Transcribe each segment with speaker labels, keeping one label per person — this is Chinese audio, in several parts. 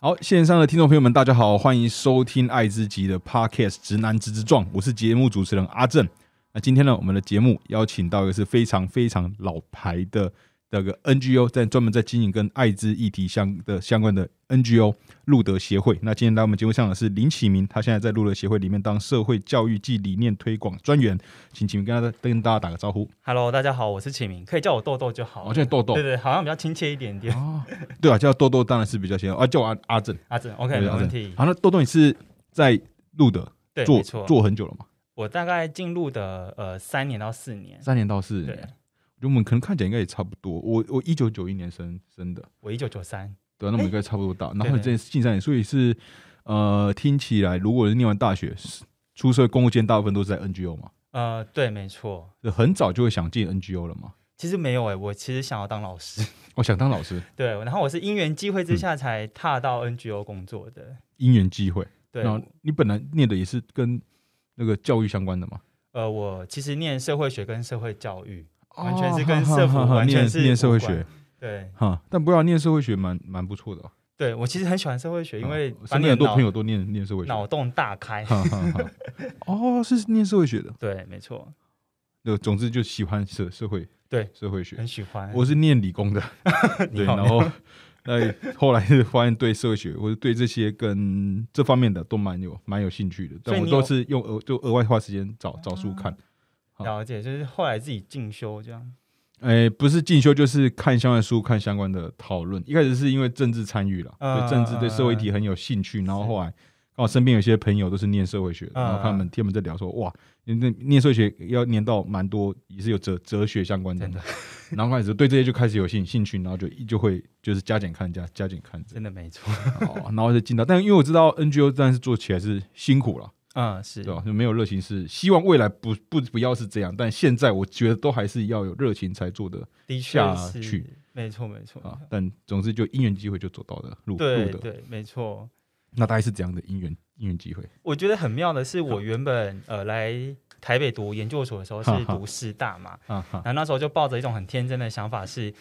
Speaker 1: 好，线上的听众朋友们，大家好，欢迎收听《爱之极》的 Podcast《直男直直撞》，我是节目主持人阿正。那今天呢，我们的节目邀请到一个是非常非常老牌的那个 NGO，在专门在经营跟艾滋议题相的相关的 NGO 路德协会。那今天来我们节目上的是林启明，他现在在路德协会里面当社会教育暨理念推广专员，请启明跟大家跟大家打个招呼。
Speaker 2: Hello，大家好，我是启明，可以叫我豆豆就好。
Speaker 1: 哦叫你豆豆
Speaker 2: 对对，好像比较亲切一点点。
Speaker 1: 哦，对啊，叫豆豆当然是比较先啊，叫我阿阿正。
Speaker 2: 阿正，OK，
Speaker 1: 对
Speaker 2: 没
Speaker 1: 阿正
Speaker 2: 问题。
Speaker 1: 好，那豆豆你是在路德
Speaker 2: 对，
Speaker 1: 做
Speaker 2: 没错，
Speaker 1: 做很久了嘛？
Speaker 2: 我大概进入的呃三年到四年。
Speaker 1: 三年到四
Speaker 2: 对
Speaker 1: 年，，我觉得我们可能看起来应该也差不多。我我一九九一年生生的，
Speaker 2: 我一九九三，
Speaker 1: 对、啊，那我们应该差不多大。然后
Speaker 2: 对
Speaker 1: 你这
Speaker 2: 对
Speaker 1: 近三年，所以是呃，听起来如果是念完大学出社会公务间，大部分都是在 NGO 嘛，
Speaker 2: 呃，对，没错。
Speaker 1: 就很早就会想进 NGO 了嘛。
Speaker 2: 其实没有哎、我其实想要当老师，
Speaker 1: 我、想当老师，
Speaker 2: 对，然后我是因缘机
Speaker 1: 嗯
Speaker 2: 会之下才踏到 NGO 工作的。
Speaker 1: 因缘机会。
Speaker 2: 对，
Speaker 1: 然后你本来念的也是跟那个教育相关的嘛，
Speaker 2: 呃，我其实念社会学跟社会教育，
Speaker 1: 哦
Speaker 2: 完全是跟社服
Speaker 1: 哈哈哈哈
Speaker 2: 完全是
Speaker 1: 念念社会
Speaker 2: 无关
Speaker 1: 学
Speaker 2: 对，
Speaker 1: 哈，但不要念社会学蛮蛮不错的哦、
Speaker 2: 对我其实很喜欢社会学，因为
Speaker 1: 嗯
Speaker 2: 把
Speaker 1: 身
Speaker 2: 你
Speaker 1: 边很多
Speaker 2: 脑
Speaker 1: 朋友都念念社会学，
Speaker 2: 脑洞大开。
Speaker 1: 哈哈哈。 哦，是念社会学的，
Speaker 2: 对，没错，
Speaker 1: 对，总之就喜欢社社会，
Speaker 2: 对
Speaker 1: 社会学
Speaker 2: 很。喜欢。
Speaker 1: 我是念理工的，对，
Speaker 2: 你好
Speaker 1: 然后那后来是发现对社会学或者对这些跟这方面的都蛮有蛮有兴趣的，
Speaker 2: 所
Speaker 1: 但
Speaker 2: 以
Speaker 1: 我
Speaker 2: 你
Speaker 1: 都
Speaker 2: 有
Speaker 1: 是用额就额外花时间找找书看，好
Speaker 2: 了解，就是后来自己进修这样。
Speaker 1: 哎，不是进修就是看相关的书，看相关的讨论。一开始是因为政治参与了，对
Speaker 2: 嗯
Speaker 1: 政治对社会议题很有兴趣，然后后来刚好身边有些朋友都是念社会学的，
Speaker 2: 嗯
Speaker 1: 然后他们听他们在聊说，哇，你那念社会学要念到蛮多，也是有哲哲学相关的
Speaker 2: 真的，
Speaker 1: 然后开始对这些就开始有兴兴趣，然后就就会就是加减看加加减看这样，
Speaker 2: 真的没 错。
Speaker 1: 哦然后就进到，但因为我知道 NGO 但是做起来是辛苦了，
Speaker 2: 嗯，是
Speaker 1: 对吧？啊就没有热情是希望未来不不不要是这样，但现在我觉得都还是要有热情才做的。
Speaker 2: 的
Speaker 1: 下
Speaker 2: 确是
Speaker 1: 去，
Speaker 2: 没错没错。
Speaker 1: 啊，但总之就因缘机会就走到了路
Speaker 2: 对
Speaker 1: 路的，
Speaker 2: 对，没错。
Speaker 1: 那大概是怎样的因缘因缘机会？
Speaker 2: 我觉得很妙的是，我原本呃来台北读研究所的时候
Speaker 1: 哈
Speaker 2: 是
Speaker 1: 哈
Speaker 2: 读师大嘛，
Speaker 1: 啊哈
Speaker 2: 然，后那时候就抱着一种很天真的想法是。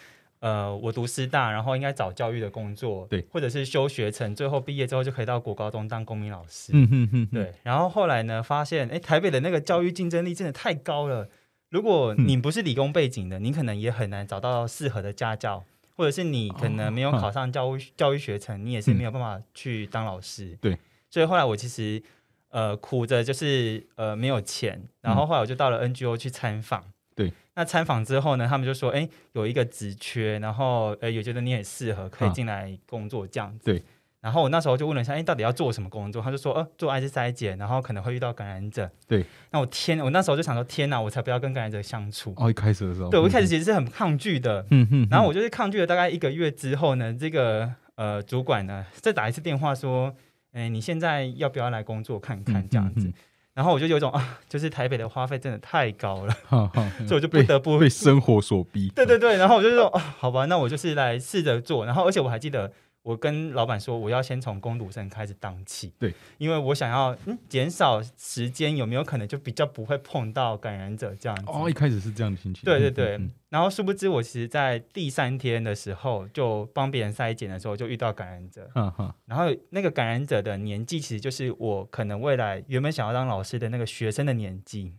Speaker 2: 呃，我读师大，然后应该找教育的工作，
Speaker 1: 对，
Speaker 2: 或者是修学成，最后毕业之后就可以到国高中当公民老师，
Speaker 1: 嗯哼哼，
Speaker 2: 对，然后后来呢，发现哎，诶台北的那个教育竞争力真的太高了。如果
Speaker 1: 嗯
Speaker 2: 你不是理工背景的，你可能也很难找到适合的家教，或者是你可
Speaker 1: 哦
Speaker 2: 能没有
Speaker 1: 嗯
Speaker 2: 考上教育、教育学程，你也是没有办法去当老师。
Speaker 1: 对，
Speaker 2: 所以后来我其实呃苦着就是呃没有钱，然后后来我就到了 NGO 去参访。
Speaker 1: 嗯对，
Speaker 2: 那参访之后呢，他们就说，哎，有一个职缺，然后呃，也觉得你很适合，可以
Speaker 1: 啊
Speaker 2: 进来工作这样子。
Speaker 1: 对。
Speaker 2: 然后我那时候就问了一下，哎，到底要做什么工作？他就说，呃，做艾滋筛检，然后可能会遇到感染者。
Speaker 1: 对。
Speaker 2: 那我天，我那时候就想说，天哪，我才不要跟感染者相处。
Speaker 1: 哦，一开始的时候，
Speaker 2: 对我一开始其实是很抗拒的，
Speaker 1: 嗯，嗯哼，
Speaker 2: 然后
Speaker 1: 我
Speaker 2: 我就是抗拒了大概一个月之后呢，这个呃主管呢再打一次电话说，哎，你现在要不要来工作看看这样
Speaker 1: 嗯
Speaker 2: 子？
Speaker 1: 嗯
Speaker 2: 然后我就有一种啊，就是台北的花费真的太高了，
Speaker 1: 哈哈，
Speaker 2: 所以我就不
Speaker 1: 被
Speaker 2: 得不
Speaker 1: 被生活所逼，
Speaker 2: 对对对，然后我就说，哦，好吧，那我就是来试着做。然后，而且我还记得，我跟老板说，我要先从工读生开始当起，
Speaker 1: 对，
Speaker 2: 因为我想要嗯减少时间，有没有可能就比较不会碰到感染者这样子？
Speaker 1: 哦，一开始是这样的心情，
Speaker 2: 对对
Speaker 1: 嗯
Speaker 2: 对。
Speaker 1: 嗯嗯
Speaker 2: 然后，殊不知我其实在第三天的时候，就帮别人筛检的时候，就遇到感染者。
Speaker 1: 哈哈，
Speaker 2: 然后那个感染者的年纪，其实就是我可能未来原本想要当老师的那个学生的年纪。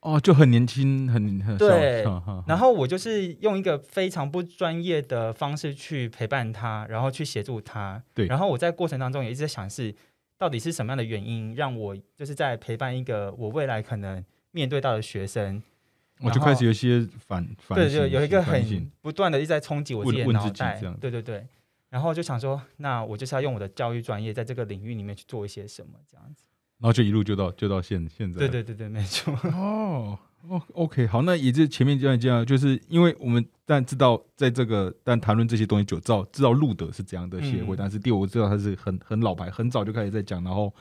Speaker 1: 哦，就很年轻，很很小
Speaker 2: 对
Speaker 1: 哈哈，
Speaker 2: 然后我就是用一个非常不专业的方式去陪伴他，然后去协助他。
Speaker 1: 对
Speaker 2: 然后我在过程当中也一直在想是，到底是什么样的原因让我就是在陪伴一个我未来可能面对到的学生，
Speaker 1: 我就
Speaker 2: 然后
Speaker 1: 开始有一些反反
Speaker 2: 对
Speaker 1: 省
Speaker 2: 对，有一个
Speaker 1: 反省
Speaker 2: 很不断的一直在冲击我自己的
Speaker 1: 问问
Speaker 2: 脑
Speaker 1: 自己
Speaker 2: 袋
Speaker 1: 这样子，
Speaker 2: 对对对。然后就想说，那我就是要用我的教育专业在这个领域里面去做一些什么，这样子。
Speaker 1: 然后就一路就到就到现现在，
Speaker 2: 对对对对，没错。
Speaker 1: 哦。哦，OK，好，那也就前面这样这样，就是因为我们但知道在这个但谈论这些东西，就知道知道路德是这样的协会，
Speaker 2: 嗯
Speaker 1: 但是第我知道它是很很老牌，很早就开始在讲，然后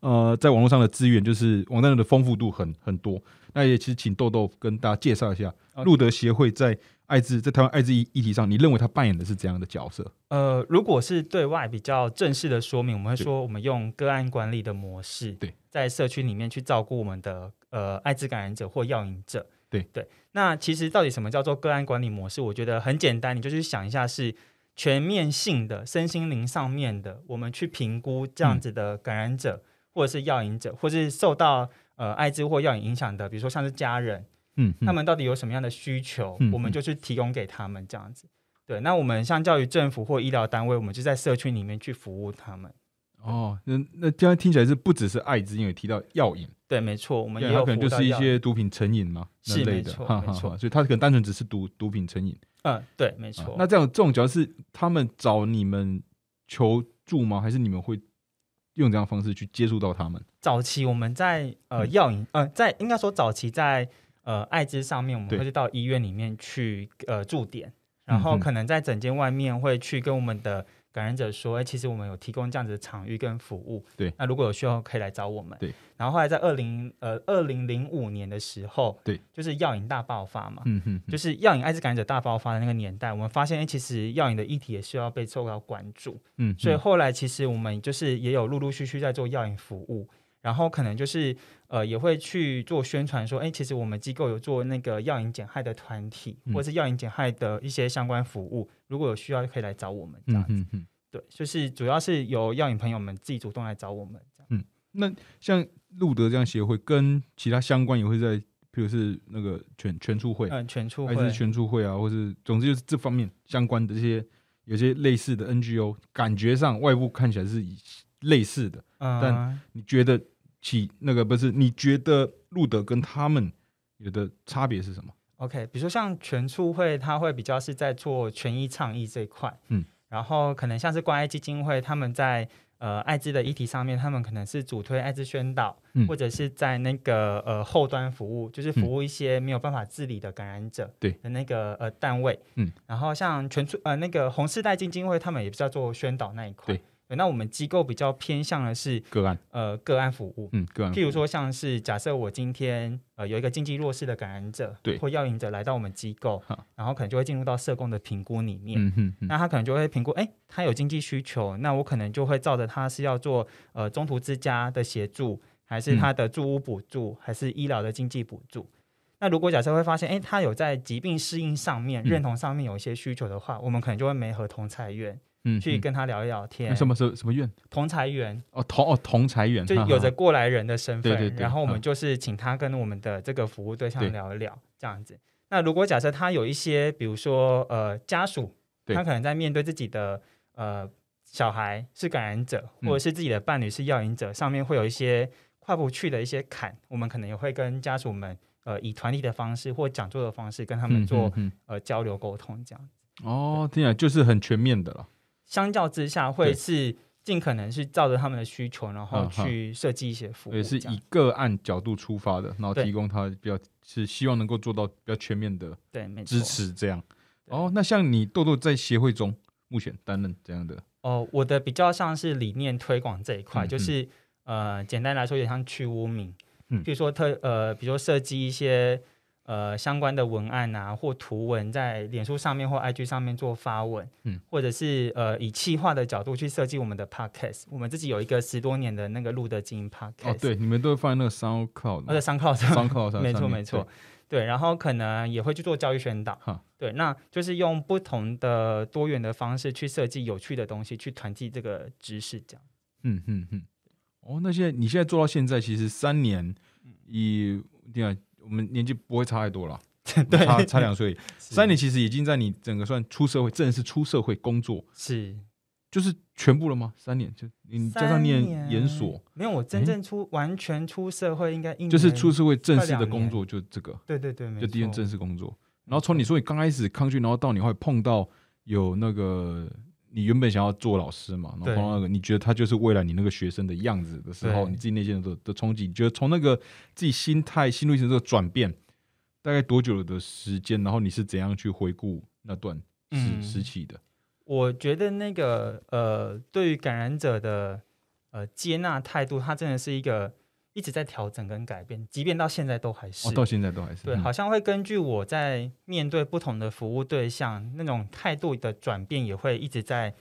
Speaker 1: 呃，在网络上的资源就是网站的丰富度很很多。那也其实请豆豆跟大家介绍一下
Speaker 2: OK
Speaker 1: 路德协会在艾滋在台湾艾滋议议题上，你认为他扮演的是怎样的角色？
Speaker 2: 呃，如果是对外比较正式的说明，我们会说我们用个案管理的模式，
Speaker 1: 对，
Speaker 2: 在社区里面去照顾我们的呃艾滋感染者或药瘾者。
Speaker 1: 对
Speaker 2: 对，那其实到底什么叫做个案管理模式？我觉得很简单，你就去想一下是。全面性的身心灵上面的，我们去评估这
Speaker 1: 嗯
Speaker 2: 样子的感染者，或者是药瘾者，或是受到呃艾滋或药瘾影响的，比如说像是家人，
Speaker 1: 嗯，嗯
Speaker 2: 他们到底有什么样的需求，
Speaker 1: 嗯
Speaker 2: 我们
Speaker 1: 嗯
Speaker 2: 就去提供给他们这样子。对，那我们相较于政府或医疗单位，我们就在社区里面去服务他们。
Speaker 1: 哦，那那这样听起来是不只是艾滋，因为提到药瘾，
Speaker 2: 对，没错，我们
Speaker 1: 对
Speaker 2: 也
Speaker 1: 它
Speaker 2: 有
Speaker 1: 可
Speaker 2: 服
Speaker 1: 能
Speaker 2: 务
Speaker 1: 就
Speaker 2: 到
Speaker 1: 是一
Speaker 2: 药瘾。
Speaker 1: 些毒品成瘾嘛那
Speaker 2: 是
Speaker 1: 类
Speaker 2: 没
Speaker 1: 的，
Speaker 2: 错
Speaker 1: 哈
Speaker 2: 没
Speaker 1: 哈
Speaker 2: 错
Speaker 1: 哈所以他可能单纯只是毒毒品成瘾。
Speaker 2: 嗯，对，没错。
Speaker 1: 啊那这样这种主要是他们找你们求助吗？还是你们会用这样的方式去接触到他们？
Speaker 2: 早期我们在呃
Speaker 1: 嗯
Speaker 2: 药引呃在应该说早期在呃艾滋上面，我们
Speaker 1: 对
Speaker 2: 会去到医院里面去呃驻点，然后
Speaker 1: 嗯嗯
Speaker 2: 可能在诊间外面会去跟我们的感染者说，哎、其实我们有提供这样子的场域跟服务，
Speaker 1: 对
Speaker 2: 那如果有需要可以来找我们，
Speaker 1: 对。
Speaker 2: 然后后来在二零呃二零零五年的时候，
Speaker 1: 对，
Speaker 2: 就是药引大爆发嘛。
Speaker 1: 嗯哼，
Speaker 2: 就是药瘾艾滋感染者大爆发的那个年代，我们发现，哎、其实药瘾的议题也是要被受到关注。
Speaker 1: 嗯哼，
Speaker 2: 所以后来其实我们就是也有陆陆续续在做药引服务，然后可能就是呃也会去做宣传说，哎，其实我们机构有做那个药引减害的团体，
Speaker 1: 嗯
Speaker 2: 或者是药引减害的一些相关服务，如果有需要就可以来找我们
Speaker 1: 嗯
Speaker 2: 这样子。
Speaker 1: 哼哼，
Speaker 2: 对，就是主要是由药引朋友们自己主动来找我们这样。
Speaker 1: 像路德这样协会跟其他相关也会在，比如是那个全全处会，
Speaker 2: 嗯，全处
Speaker 1: 还
Speaker 2: 会
Speaker 1: 是全处会啊，或是总之就是这方面相关的这些有些类似的 NGO，感觉上外部看起来是以类似的。
Speaker 2: 嗯，
Speaker 1: 但你觉得起那个不是？你觉得路德跟他们有的差别是什么？
Speaker 2: OK，比如说像全促会，它会比较是在做权益倡议这一块，
Speaker 1: 嗯，
Speaker 2: 然后可能像是关爱基金会，他们在呃艾滋的议题上面，他们可能是主推艾滋宣导，
Speaker 1: 嗯
Speaker 2: 或者是在那个呃后端服务，就是
Speaker 1: 嗯
Speaker 2: 服务一些没有办法治理的感染者，
Speaker 1: 对
Speaker 2: 的那个呃单位，
Speaker 1: 嗯，
Speaker 2: 然后像全促呃那个红世代基金会，他们也比较做宣导那一块，
Speaker 1: 对
Speaker 2: 对，那我们机构比较偏向的是
Speaker 1: 个案，
Speaker 2: 呃个案服务，
Speaker 1: 嗯，个案，
Speaker 2: 譬如，说，像是假设我今天呃有一个经济弱势的感染者，
Speaker 1: 对
Speaker 2: 或药瘾者来到我们机构
Speaker 1: 好，
Speaker 2: 然后可能就会进入到社工的评估里面。
Speaker 1: 嗯哼哼，
Speaker 2: 啊那他可能就会评估，哎，他有经济需求，那我可能就会照着他是要做呃中途之家的协助，还
Speaker 1: 嗯
Speaker 2: 是他的住屋补助，还是医疗的经济补助。那如果假设会发现，哎，他有在疾病适应上面、
Speaker 1: 嗯
Speaker 2: 认同上面有一些需求的话，我们可能就会没合同裁员
Speaker 1: 嗯，
Speaker 2: 去
Speaker 1: 嗯
Speaker 2: 跟他聊一聊天
Speaker 1: 那。什么什么什么院？
Speaker 2: 同裁员
Speaker 1: 哦，同哦同财源，
Speaker 2: 就
Speaker 1: 哈哈
Speaker 2: 有着过来人的身份，
Speaker 1: 对对对
Speaker 2: 然后我
Speaker 1: 嗯
Speaker 2: 们就是请他跟我们的这个服务对
Speaker 1: 对
Speaker 2: 象聊一聊，这样子。那如果假设他有一些，比如说呃家属，
Speaker 1: 对
Speaker 2: 他可能在面对自己的呃小孩是感染者，
Speaker 1: 嗯
Speaker 2: 或者是自己的伴侣是药瘾者，上面会有一些跨不去的一些坎，我们可能也会跟家属们呃以团体的方式或讲座的方式跟他们做、
Speaker 1: 嗯嗯
Speaker 2: 呃交流沟通，这样。
Speaker 1: 嗯哦，听起来就是很全面的了。
Speaker 2: 相较之下，
Speaker 1: 对
Speaker 2: 会是尽可能是照着他们的需求，然后
Speaker 1: 嗯嗯
Speaker 2: 去设计一些服务，
Speaker 1: 也是
Speaker 2: 这样
Speaker 1: 以个案角度出发的，然后
Speaker 2: 对
Speaker 1: 提供他比较是希望能够做到比较全面的
Speaker 2: 对没错
Speaker 1: 支。持，这样。
Speaker 2: 对
Speaker 1: 哦，那像你豆豆在协会中目前担任这样的，
Speaker 2: 哦，我的比较像是理念推广这一块，
Speaker 1: 嗯
Speaker 2: 就
Speaker 1: 嗯
Speaker 2: 是呃，简单来说，有点像去污名。
Speaker 1: 嗯
Speaker 2: 比如说特呃，比如说设计一些呃相关的文案啊或图文，在脸书上面或 IG 上面做发文，
Speaker 1: 嗯，
Speaker 2: 或者是呃以企划的角度去设计我们的 podcast。我们自己有一个十多年的那个路德经营 podcast，
Speaker 1: 哦，，对，你们都会放在那个 SoundCloud
Speaker 2: 而且
Speaker 1: 嘛
Speaker 2: 上靠上
Speaker 1: SoundCloud 上，
Speaker 2: 哦没错没错，对，然后可能也会去做教育宣导
Speaker 1: 哈，
Speaker 2: 对，那就是用不同的多元的方式去设计有趣的东西，去传递这个知识，这样。
Speaker 1: 嗯嗯嗯。哦，那现在你现在做到现在，其实三年，以对啊，我们年纪不会差太多了，对，差差两岁，三年其实已经在你整个算出社会，正式出社会工作，
Speaker 2: 是
Speaker 1: 就是全部了吗？三年就你加上念研所，
Speaker 2: 没有我真正出、完全出社会应该一年
Speaker 1: 就是出社会正式的工作，就这个，
Speaker 2: 对对对，没
Speaker 1: 就第一份
Speaker 2: 错
Speaker 1: 正式工作。然后从你说你刚开始抗拒，然后到你后来碰到有那个你原本想要做老师嘛，然后
Speaker 2: 对
Speaker 1: 碰到那个你觉得他就是未来你那个学生的样子的时候，
Speaker 2: 对
Speaker 1: 你自己内心的的冲击，你觉得从那个自己心态、心路历程这个转变，大概多久的时间？然后你是怎样去回顾那段时
Speaker 2: 嗯
Speaker 1: 时期的？
Speaker 2: 我觉得那个呃，对于感染者的呃接纳态度，它真的是一个一直在调整跟改变，即便到现在都还是。
Speaker 1: 哦，到现在都还是
Speaker 2: 对，
Speaker 1: 嗯
Speaker 2: 好像会根据我在面对不同的服务对象那种态度的转变，也会一直在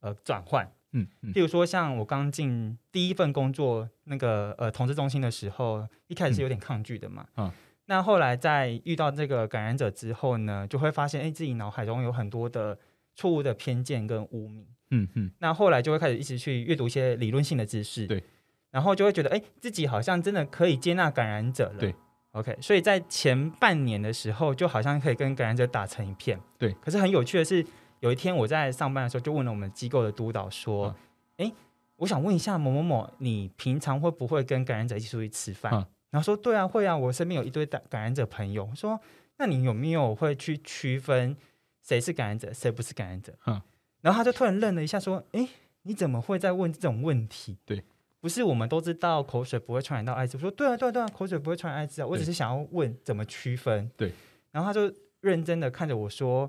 Speaker 2: 呃转换。
Speaker 1: 嗯嗯
Speaker 2: 譬如说，像我刚进第一份工作那个呃同志中心的时候，一开始是有点抗拒的嘛。
Speaker 1: 嗯嗯啊
Speaker 2: 那后来在遇到这个感染者之后呢，就会发现，哎，自己脑海中有很多的错误的偏见跟污名。
Speaker 1: 嗯嗯，
Speaker 2: 那后来就会开始一直去阅读一些理论性的知识，
Speaker 1: 对，
Speaker 2: 然后就会觉得，哎，自己好像真的可以接纳感染者了，
Speaker 1: 对
Speaker 2: ，OK，所以在前半年的时候，就好像可以跟感染者打成一片，
Speaker 1: 对。
Speaker 2: 可是很有趣的是，有一天我在上班的时候，就问了我们机构的督导说
Speaker 1: 啊，
Speaker 2: 哎、我想问一下某某某，你平常会不会跟感染者一起出去吃饭？
Speaker 1: 啊
Speaker 2: 然后说，对啊，会啊，我身边有一堆感感染者朋友。我说，那你有没有会去区分谁是感染者，谁不是感染者？
Speaker 1: 啊
Speaker 2: 然后他就突然愣了一下，说：“诶，你怎么会在问这种问题？”
Speaker 1: 对，
Speaker 2: 不是我们都知道口水不会传染到艾滋。我说：“对啊，对啊，对啊，口水不会传染艾滋啊，我只
Speaker 1: 对
Speaker 2: 是想要问怎么区分。”
Speaker 1: 对，
Speaker 2: 然后他就认真的看着我说：“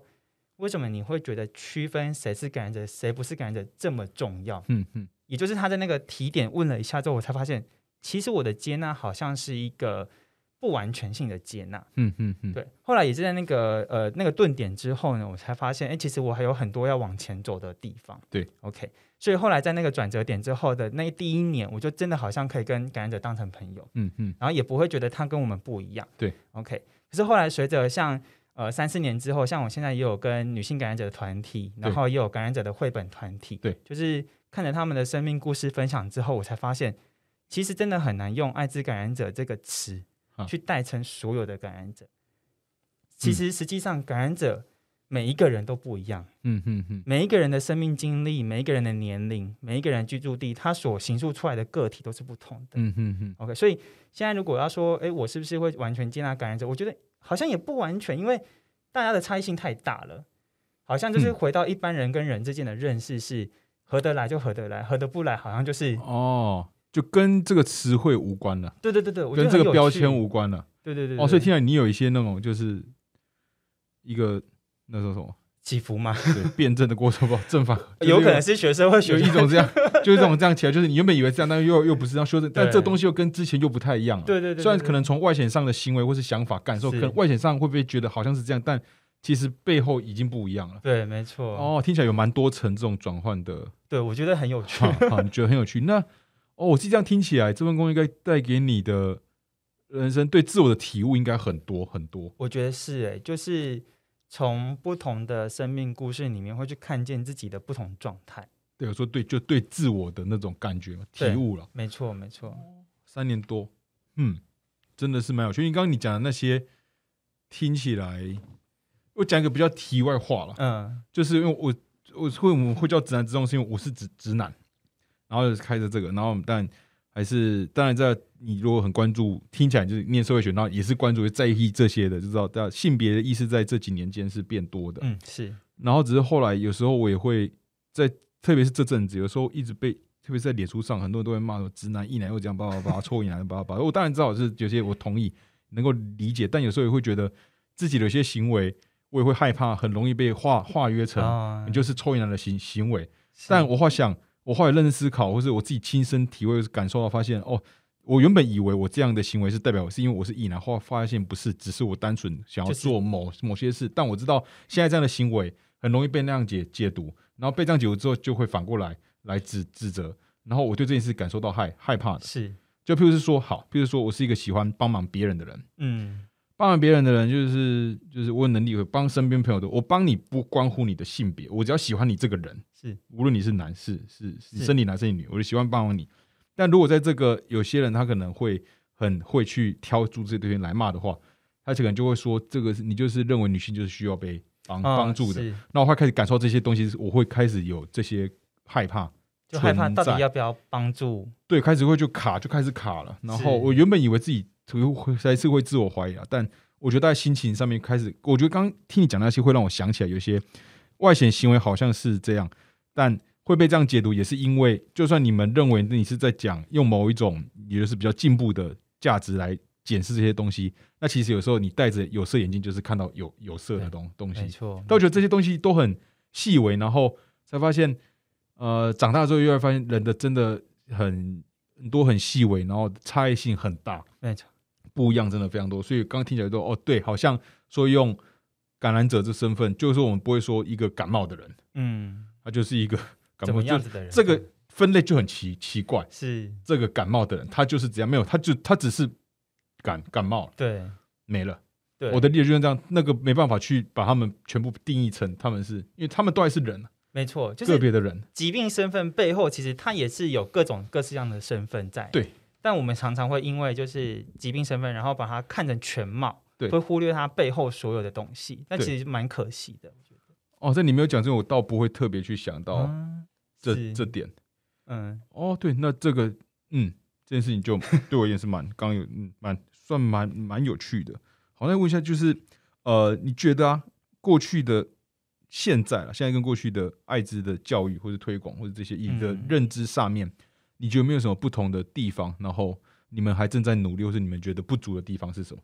Speaker 2: 为什么你会觉得区分谁是感染者，谁不是感染者这么重要？”
Speaker 1: 嗯嗯，
Speaker 2: 也就是他在那个提点问了一下之后，我才发现，其实我的接纳好像是一个不完全性的接纳。
Speaker 1: 嗯嗯嗯，
Speaker 2: 对，后来也是在那个呃那个顿点之后呢，我才发现，哎，其实我还有很多要往前走的地方。
Speaker 1: 对
Speaker 2: ，OK，所以后来在那个转折点之后的那第一年，我就真的好像可以跟感染者当成朋友，
Speaker 1: 嗯嗯
Speaker 2: 然后也不会觉得他跟我们不一样。
Speaker 1: 对
Speaker 2: ，OK。可是后来随着像呃三四年之后，像我现在也有跟女性感染者的团体，然
Speaker 1: 对
Speaker 2: 后也有感染者的绘本团体，
Speaker 1: 对，
Speaker 2: 就是看着他们的生命故事分享之后，我才发现，其实真的很难用“艾滋感染者”这个词
Speaker 1: 啊嗯
Speaker 2: 去代称所有的感染者。其实实际上，感染者每一个人都不一样，
Speaker 1: 嗯嗯嗯，
Speaker 2: 每一个人的生命经历、每一个人的年龄、每一个人居住地，他所形塑出来的个体都是不同的。
Speaker 1: 嗯嗯嗯，
Speaker 2: OK，所以现在如果要说，诶，我是不是会完全接纳感染者？我觉得好像也不完全，因为大家的差异性太大了，好像就是
Speaker 1: 嗯
Speaker 2: 回到一般人跟人之间的认识是合得来就合得来，合得不来好像就是
Speaker 1: 哦，就跟这个词汇无关了，
Speaker 2: 对对对对，我觉
Speaker 1: 跟
Speaker 2: 得
Speaker 1: 这
Speaker 2: 很
Speaker 1: 个
Speaker 2: 有
Speaker 1: 标
Speaker 2: 趣
Speaker 1: 签，无关了。
Speaker 2: 对对对
Speaker 1: 哦，所以
Speaker 2: 对
Speaker 1: 听来你有一些那种就是一个那时候什么
Speaker 2: 起伏嘛，
Speaker 1: 对辩证的过程吧，正反就是
Speaker 2: 有可能是学生会
Speaker 1: 有
Speaker 2: 学
Speaker 1: 一种这样，就是这种这样 起来，就是你原本以为这样，但又又不是这样修正，但
Speaker 2: 对
Speaker 1: 这东西又跟之前又不太一样了。
Speaker 2: 对对对对，
Speaker 1: 虽然
Speaker 2: 对
Speaker 1: 可能从外显上的行为或是想法感受，可
Speaker 2: 是
Speaker 1: 能外显上会不会觉得好像是这样，但其实背后已经不一样了。
Speaker 2: 对，没错，
Speaker 1: 哦，听起来有蛮多层这种转换的，
Speaker 2: 对我觉得很有趣
Speaker 1: 哈。哈，你觉得很有趣。那哦，我是这样听起来，这份工应该带给你的人生对自我的体悟应该很多很多。
Speaker 2: 我觉得是诶，就是从不同的生命故事里面会去看见自己的不同状态。
Speaker 1: 对，我说对，就对自我的那种感觉嘛，体
Speaker 2: 对
Speaker 1: 悟了。
Speaker 2: 没错，没错，
Speaker 1: 三年多，嗯，真的是蛮有趣。因为刚刚你讲的那些，听起来，我讲一个比较题外话了，
Speaker 2: 嗯，
Speaker 1: 就是因为我我会我们会叫直男直中，是因为我是直直男，然后就开着这个，然后但还是当然在你如果很关注，听起来就是念社会学，然后也是关注在意这些的，就知道大家性别的意识在这几年间是变多的。
Speaker 2: 嗯，是，
Speaker 1: 然后只是后来有时候我也会在，特别是这阵子，有时候一直被，特别是在脸书上，很多人都会骂我直男、异男又这样，叭叭 叭，臭异男，叭叭叭。我当然知道是有些我同意，能够理解，但有时候也会觉得自己的有些行为，我也会害怕，很容易被化化约成
Speaker 2: 啊
Speaker 1: 你就是臭异男的行行为。
Speaker 2: 是
Speaker 1: 但我后来想，我后来认真思考，或是我自己亲身体会感受到，发现哦。我原本以为我这样的行为是代表我是因为我是异男，后来发现不是，只是我单纯想要
Speaker 2: 就是
Speaker 1: 做某、某些事。但我知道现在这样的行为很容易被那样解解读，然后被这样解读之后，就会反过来来指指责。然后我对这件事感受到害害怕的，
Speaker 2: 是，
Speaker 1: 就譬如是说，好，譬如说我是一个喜欢帮忙别人的人，
Speaker 2: 嗯，
Speaker 1: 帮忙别人的人就是就是我有能力会帮身边朋友的，我帮你不关乎你的性别，我只要喜欢你这个人，
Speaker 2: 是
Speaker 1: 无论你是男是是是
Speaker 2: 是
Speaker 1: 生理男生理女，我就喜欢帮忙你。但如果在这个有些人他可能会很会去挑出这些东西来骂的话，他可能就会说这个是你就是认为女性就是需要被帮
Speaker 2: 啊
Speaker 1: 帮助的。
Speaker 2: 是
Speaker 1: 那我会开始感受这些东西，我会开始有这些害怕，
Speaker 2: 就害怕
Speaker 1: 存
Speaker 2: 到底
Speaker 1: 在
Speaker 2: 要不要帮助，
Speaker 1: 对，开始会就卡，就开始卡了。然后
Speaker 2: 是
Speaker 1: 我原本以为自己会还是会自我怀疑啊，但我觉得在心情上面开始，我觉得刚刚听你讲那些会让我想起来，有些外显行为好像是这样，但会被这样解读，也是因为就算你们认为你是在讲用某一种也就是比较进步的价值来检视这些东西，那其实有时候你戴着有色眼镜就是看到有有色的东东西
Speaker 2: 没，错，
Speaker 1: 但我觉得这些东西都很细微，然后才发现，呃，长大之后又会发现人的真的很很多很细微，然后差异性很大，
Speaker 2: 没错，
Speaker 1: 不一样真的非常多。所以刚刚听起来都哦，对，好像说用感染者这身份，就是说我们不会说一个感冒的人，
Speaker 2: 嗯，
Speaker 1: 他就是一个感
Speaker 2: 怎
Speaker 1: 冒，
Speaker 2: 么
Speaker 1: 就
Speaker 2: 样子的人，
Speaker 1: 这个分类就很奇奇怪。
Speaker 2: 是
Speaker 1: 这个感冒的人，他就是这样，没有，他就他只是感感冒了
Speaker 2: 对，
Speaker 1: 没了，
Speaker 2: 对，
Speaker 1: 我的理解就是这样，那个没办法去把他们全部定义成他们是，因为他们都还是人啊，
Speaker 2: 没错，就
Speaker 1: 个
Speaker 2: 是
Speaker 1: 别的人，
Speaker 2: 疾病身份背后，其实它也是有各种各式样的身份在。
Speaker 1: 对，
Speaker 2: 但我们常常会因为就是疾病身份，然后把它看成全貌，
Speaker 1: 对
Speaker 2: 会忽略它背后所有的东西，那
Speaker 1: 对
Speaker 2: 其实蛮可惜的。
Speaker 1: 哦，这你没有讲这个，我倒不会特别去想到
Speaker 2: 嗯
Speaker 1: 这、
Speaker 2: 是
Speaker 1: 这点。
Speaker 2: 嗯，
Speaker 1: 哦，对，那这个，嗯，这件事情就对我也是蛮刚有，嗯，蛮算蛮蛮有趣的。好，那问一下，就是呃，你觉得啊，过去的现在啊，现在跟过去的艾滋的教育或者推广或者这些你的
Speaker 2: 嗯
Speaker 1: 认知上面，你觉得有没有什么不同的地方？然后你们还正在努力，或是你们觉得不足的地方是什么？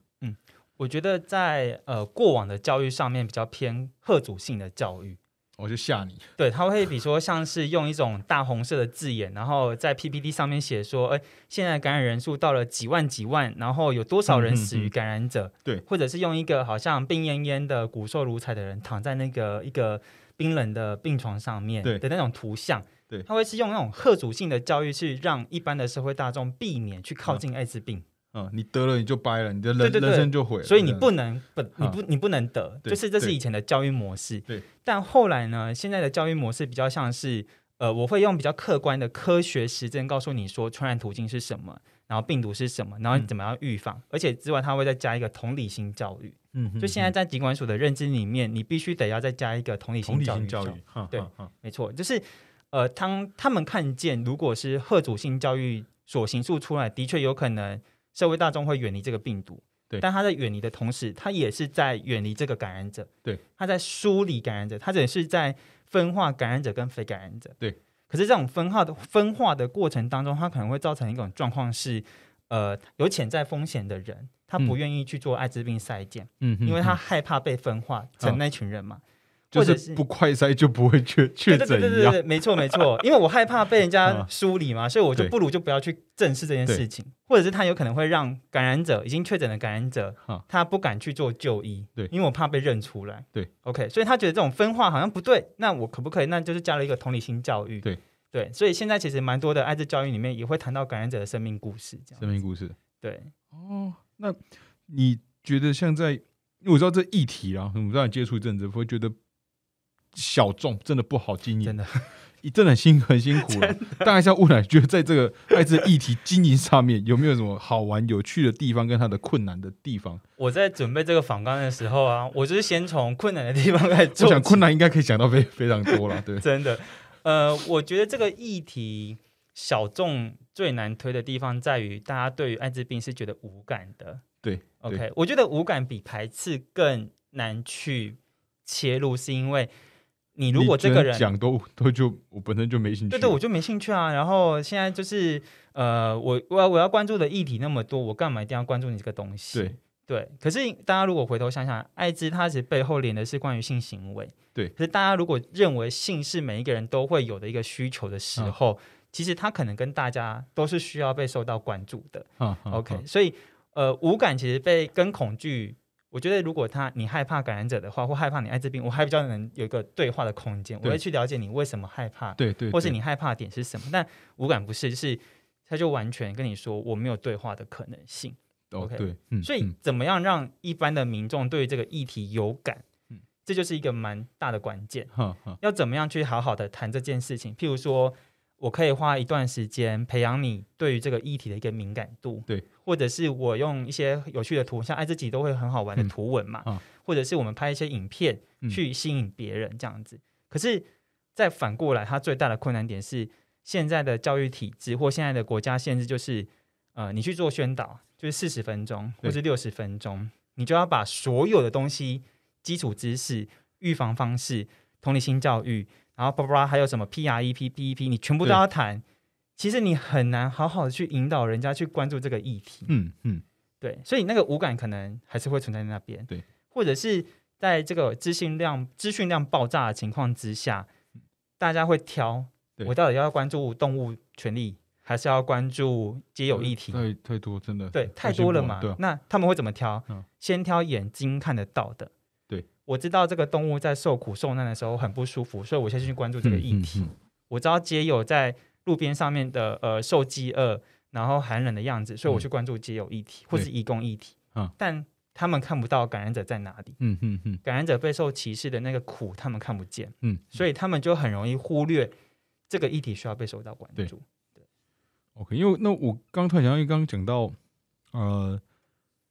Speaker 2: 我觉得在呃过往的教育上面比较偏贺主性的教育，
Speaker 1: 我哦就吓你，
Speaker 2: 对，他会比如说像是用一种大红色的字眼，然后在 PPT 上面写说，哎，现在感染人数到了几万几万，然后有多少人死
Speaker 1: 嗯嗯
Speaker 2: 于
Speaker 1: 嗯
Speaker 2: 感染者？
Speaker 1: 对
Speaker 2: 或者是用一个好像病恹恹的骨瘦如柴的人躺在那个一个冰冷的病床上面
Speaker 1: 对
Speaker 2: 的那种图像。
Speaker 1: 对
Speaker 2: 他会是用那种贺主性的教育，去让一般的社会大众避免去靠近艾滋病。
Speaker 1: 嗯，你得了你就掰了，你的人
Speaker 2: 对对对
Speaker 1: 人生就毁了，
Speaker 2: 所以你
Speaker 1: 这样
Speaker 2: 不能不你
Speaker 1: 啊
Speaker 2: 不你不能得，
Speaker 1: 对
Speaker 2: 就是这是
Speaker 1: 对
Speaker 2: 以前的教育模式。
Speaker 1: 对，
Speaker 2: 但后来呢，现在的教育模式比较像是，呃，我会用比较客观的科学实证告诉你说传染途径是什么，然后病毒是什么，
Speaker 1: 嗯
Speaker 2: 然后你怎么样预防，而且之外它会再加一个同理心教育。
Speaker 1: 嗯哼
Speaker 2: 就现在在疾管署的认知里面，你必须得要再加一个同理
Speaker 1: 同
Speaker 2: 心
Speaker 1: 理
Speaker 2: 教育
Speaker 1: 心
Speaker 2: 上。
Speaker 1: 教育，哈
Speaker 2: 对
Speaker 1: 哈哈
Speaker 2: 没错，就是呃，当他们看见如果是贺主性教育所形塑出来，的确有可能社会大众会远离这个病毒。
Speaker 1: 对
Speaker 2: 但他在远离的同时，他也是在远离这个感染者。
Speaker 1: 对，
Speaker 2: 他在梳理感染者，他只是在分化感染者跟非感染者。
Speaker 1: 对，
Speaker 2: 可是这种分化的分化的过程当中，它可能会造成一种状况是，呃，有潜在风险的人，他
Speaker 1: 嗯
Speaker 2: 不愿意去做艾滋病筛检，
Speaker 1: 嗯哼
Speaker 2: 因为他
Speaker 1: 哼
Speaker 2: 害怕被分化成那群人嘛。
Speaker 1: 就
Speaker 2: 或者
Speaker 1: 是
Speaker 2: 是
Speaker 1: 不快筛就不会确确
Speaker 2: 对
Speaker 1: 诊
Speaker 2: 对对
Speaker 1: 一
Speaker 2: 对
Speaker 1: 样，
Speaker 2: 对，没错没错，因为我害怕被人
Speaker 1: 啊
Speaker 2: 家梳理嘛，所以我就
Speaker 1: 对
Speaker 2: 不如就不要去正视这件事情，或者是他有可能会让感染者已经确诊的感染者
Speaker 1: 啊，
Speaker 2: 他不敢去做就医，
Speaker 1: 对
Speaker 2: 因为我怕被认出来，
Speaker 1: 对
Speaker 2: ，OK，所以他觉得这种分化好像不对，那我可不可以？那就是加了一个同理心教育，
Speaker 1: 对
Speaker 2: 对，所以现在其实蛮多的艾滋教育里面也会谈到感染者的生命故事，这样
Speaker 1: 生命故事。
Speaker 2: 对，
Speaker 1: 哦，那你觉得像在，因为我知道这议题啊，我们让你接触一阵子，会觉得小众真的不好经
Speaker 2: 真
Speaker 1: 营，
Speaker 2: 的，
Speaker 1: 真的很辛很辛苦 了。但还是要问你，觉得在这个艾滋议题经营上面，有没有什么好玩有趣的地方，跟它的困难的地方？
Speaker 2: 我在准备这个访纲的时候啊，我就是先从困难的地方开始
Speaker 1: 我
Speaker 2: 做
Speaker 1: 想
Speaker 2: 起，
Speaker 1: 困难应该可以想到非非常多了，对
Speaker 2: 真的，呃，我觉得这个议题小众最难推的地方在于，大家对于艾滋病是觉得无感的。
Speaker 1: 对对
Speaker 2: OK，我觉得无感比排斥更难去切入，是因为你如果
Speaker 1: 你只
Speaker 2: 这个
Speaker 1: 能
Speaker 2: 人
Speaker 1: 讲都都就我本身就没兴趣，
Speaker 2: 对对，我就没兴趣啊。然后现在就是呃，我我要我要关注的议题那么多，我干嘛一定要关注你这个东西？
Speaker 1: 对
Speaker 2: 对，可是大家如果回头想想，艾滋它其实背后连的是关于性行为。
Speaker 1: 对
Speaker 2: 可是大家如果认为性是每一个人都会有的一个需求的时
Speaker 1: 嗯
Speaker 2: 候，其实它可能跟大家都是需要被受到关注的。
Speaker 1: 啊啊
Speaker 2: OK，、
Speaker 1: 啊
Speaker 2: 所以呃，无感其实被跟恐惧，我觉得如果他你害怕感染者的话，或害怕你艾滋病，我还比较能有一个对话的空间，我
Speaker 1: 对
Speaker 2: 会去了解你为什么害怕，
Speaker 1: 对对，
Speaker 2: 或是
Speaker 1: 对
Speaker 2: 你害怕的点是什么。但无感不是，就是他就完全跟你说我没有对话的可能性。
Speaker 1: 哦
Speaker 2: OK
Speaker 1: 对，嗯
Speaker 2: 所以
Speaker 1: 嗯
Speaker 2: 怎么样让一般的民众对于这个议题有感
Speaker 1: 嗯，
Speaker 2: 这就是一个蛮大的关键。
Speaker 1: 哈哈
Speaker 2: 要怎么样去好好的谈这件事情？譬如说，我可以花一段时间培养你对于这个议题的一个敏感度，
Speaker 1: 对，
Speaker 2: 或者是我用一些有趣的图，像爱自己都会很好玩的
Speaker 1: 嗯
Speaker 2: 图文嘛，
Speaker 1: 啊
Speaker 2: 或者是我们拍一些影片
Speaker 1: 嗯
Speaker 2: 去吸引别人这样子。可是再反过来，它最大的困难点是现在的教育体制或现在的国家限制，就是呃，你去做宣导就是四十分钟
Speaker 1: 对
Speaker 2: 或是六十分钟，你就要把所有的东西、基础知识、预防方式、同理心教育，然后巴拉巴拉还有什么 E PREP、PEP，你全部都
Speaker 1: 对
Speaker 2: 要谈。其实你很难好好的去引导人家去关注这个议题。
Speaker 1: 嗯嗯
Speaker 2: 对，所以那个无感可能还是会存在那边。
Speaker 1: 对，
Speaker 2: 或者是在这个资讯量、资讯量爆炸的情况之下，大家会挑
Speaker 1: 对
Speaker 2: 我到底要关注动物权利，还是要关注皆有议题？
Speaker 1: 太太多真的
Speaker 2: 对，太
Speaker 1: 辛苦
Speaker 2: 多了嘛。
Speaker 1: 对啊
Speaker 2: 那他们会怎么挑？
Speaker 1: 嗯
Speaker 2: 先挑眼睛看得到的。
Speaker 1: 对，
Speaker 2: 我知道这个动物在受苦受难的时候很不舒服，所以我先去关注这个议题。
Speaker 1: 嗯嗯嗯
Speaker 2: 我知道街友在路边上面的呃
Speaker 1: 嗯
Speaker 2: 受饥饿，然后寒冷的样子，所以我去关注街友议题、或是义工议题。
Speaker 1: 啊
Speaker 2: 但他们看不到感染者在哪里，
Speaker 1: 嗯嗯嗯
Speaker 2: 感染者备受歧视的那个苦，他们看不见，
Speaker 1: 嗯，
Speaker 2: 所以他们就很容易忽略这个议题需要被受到关
Speaker 1: 对
Speaker 2: 注。
Speaker 1: OK，因为那我刚突然想到，因为刚刚讲到，呃，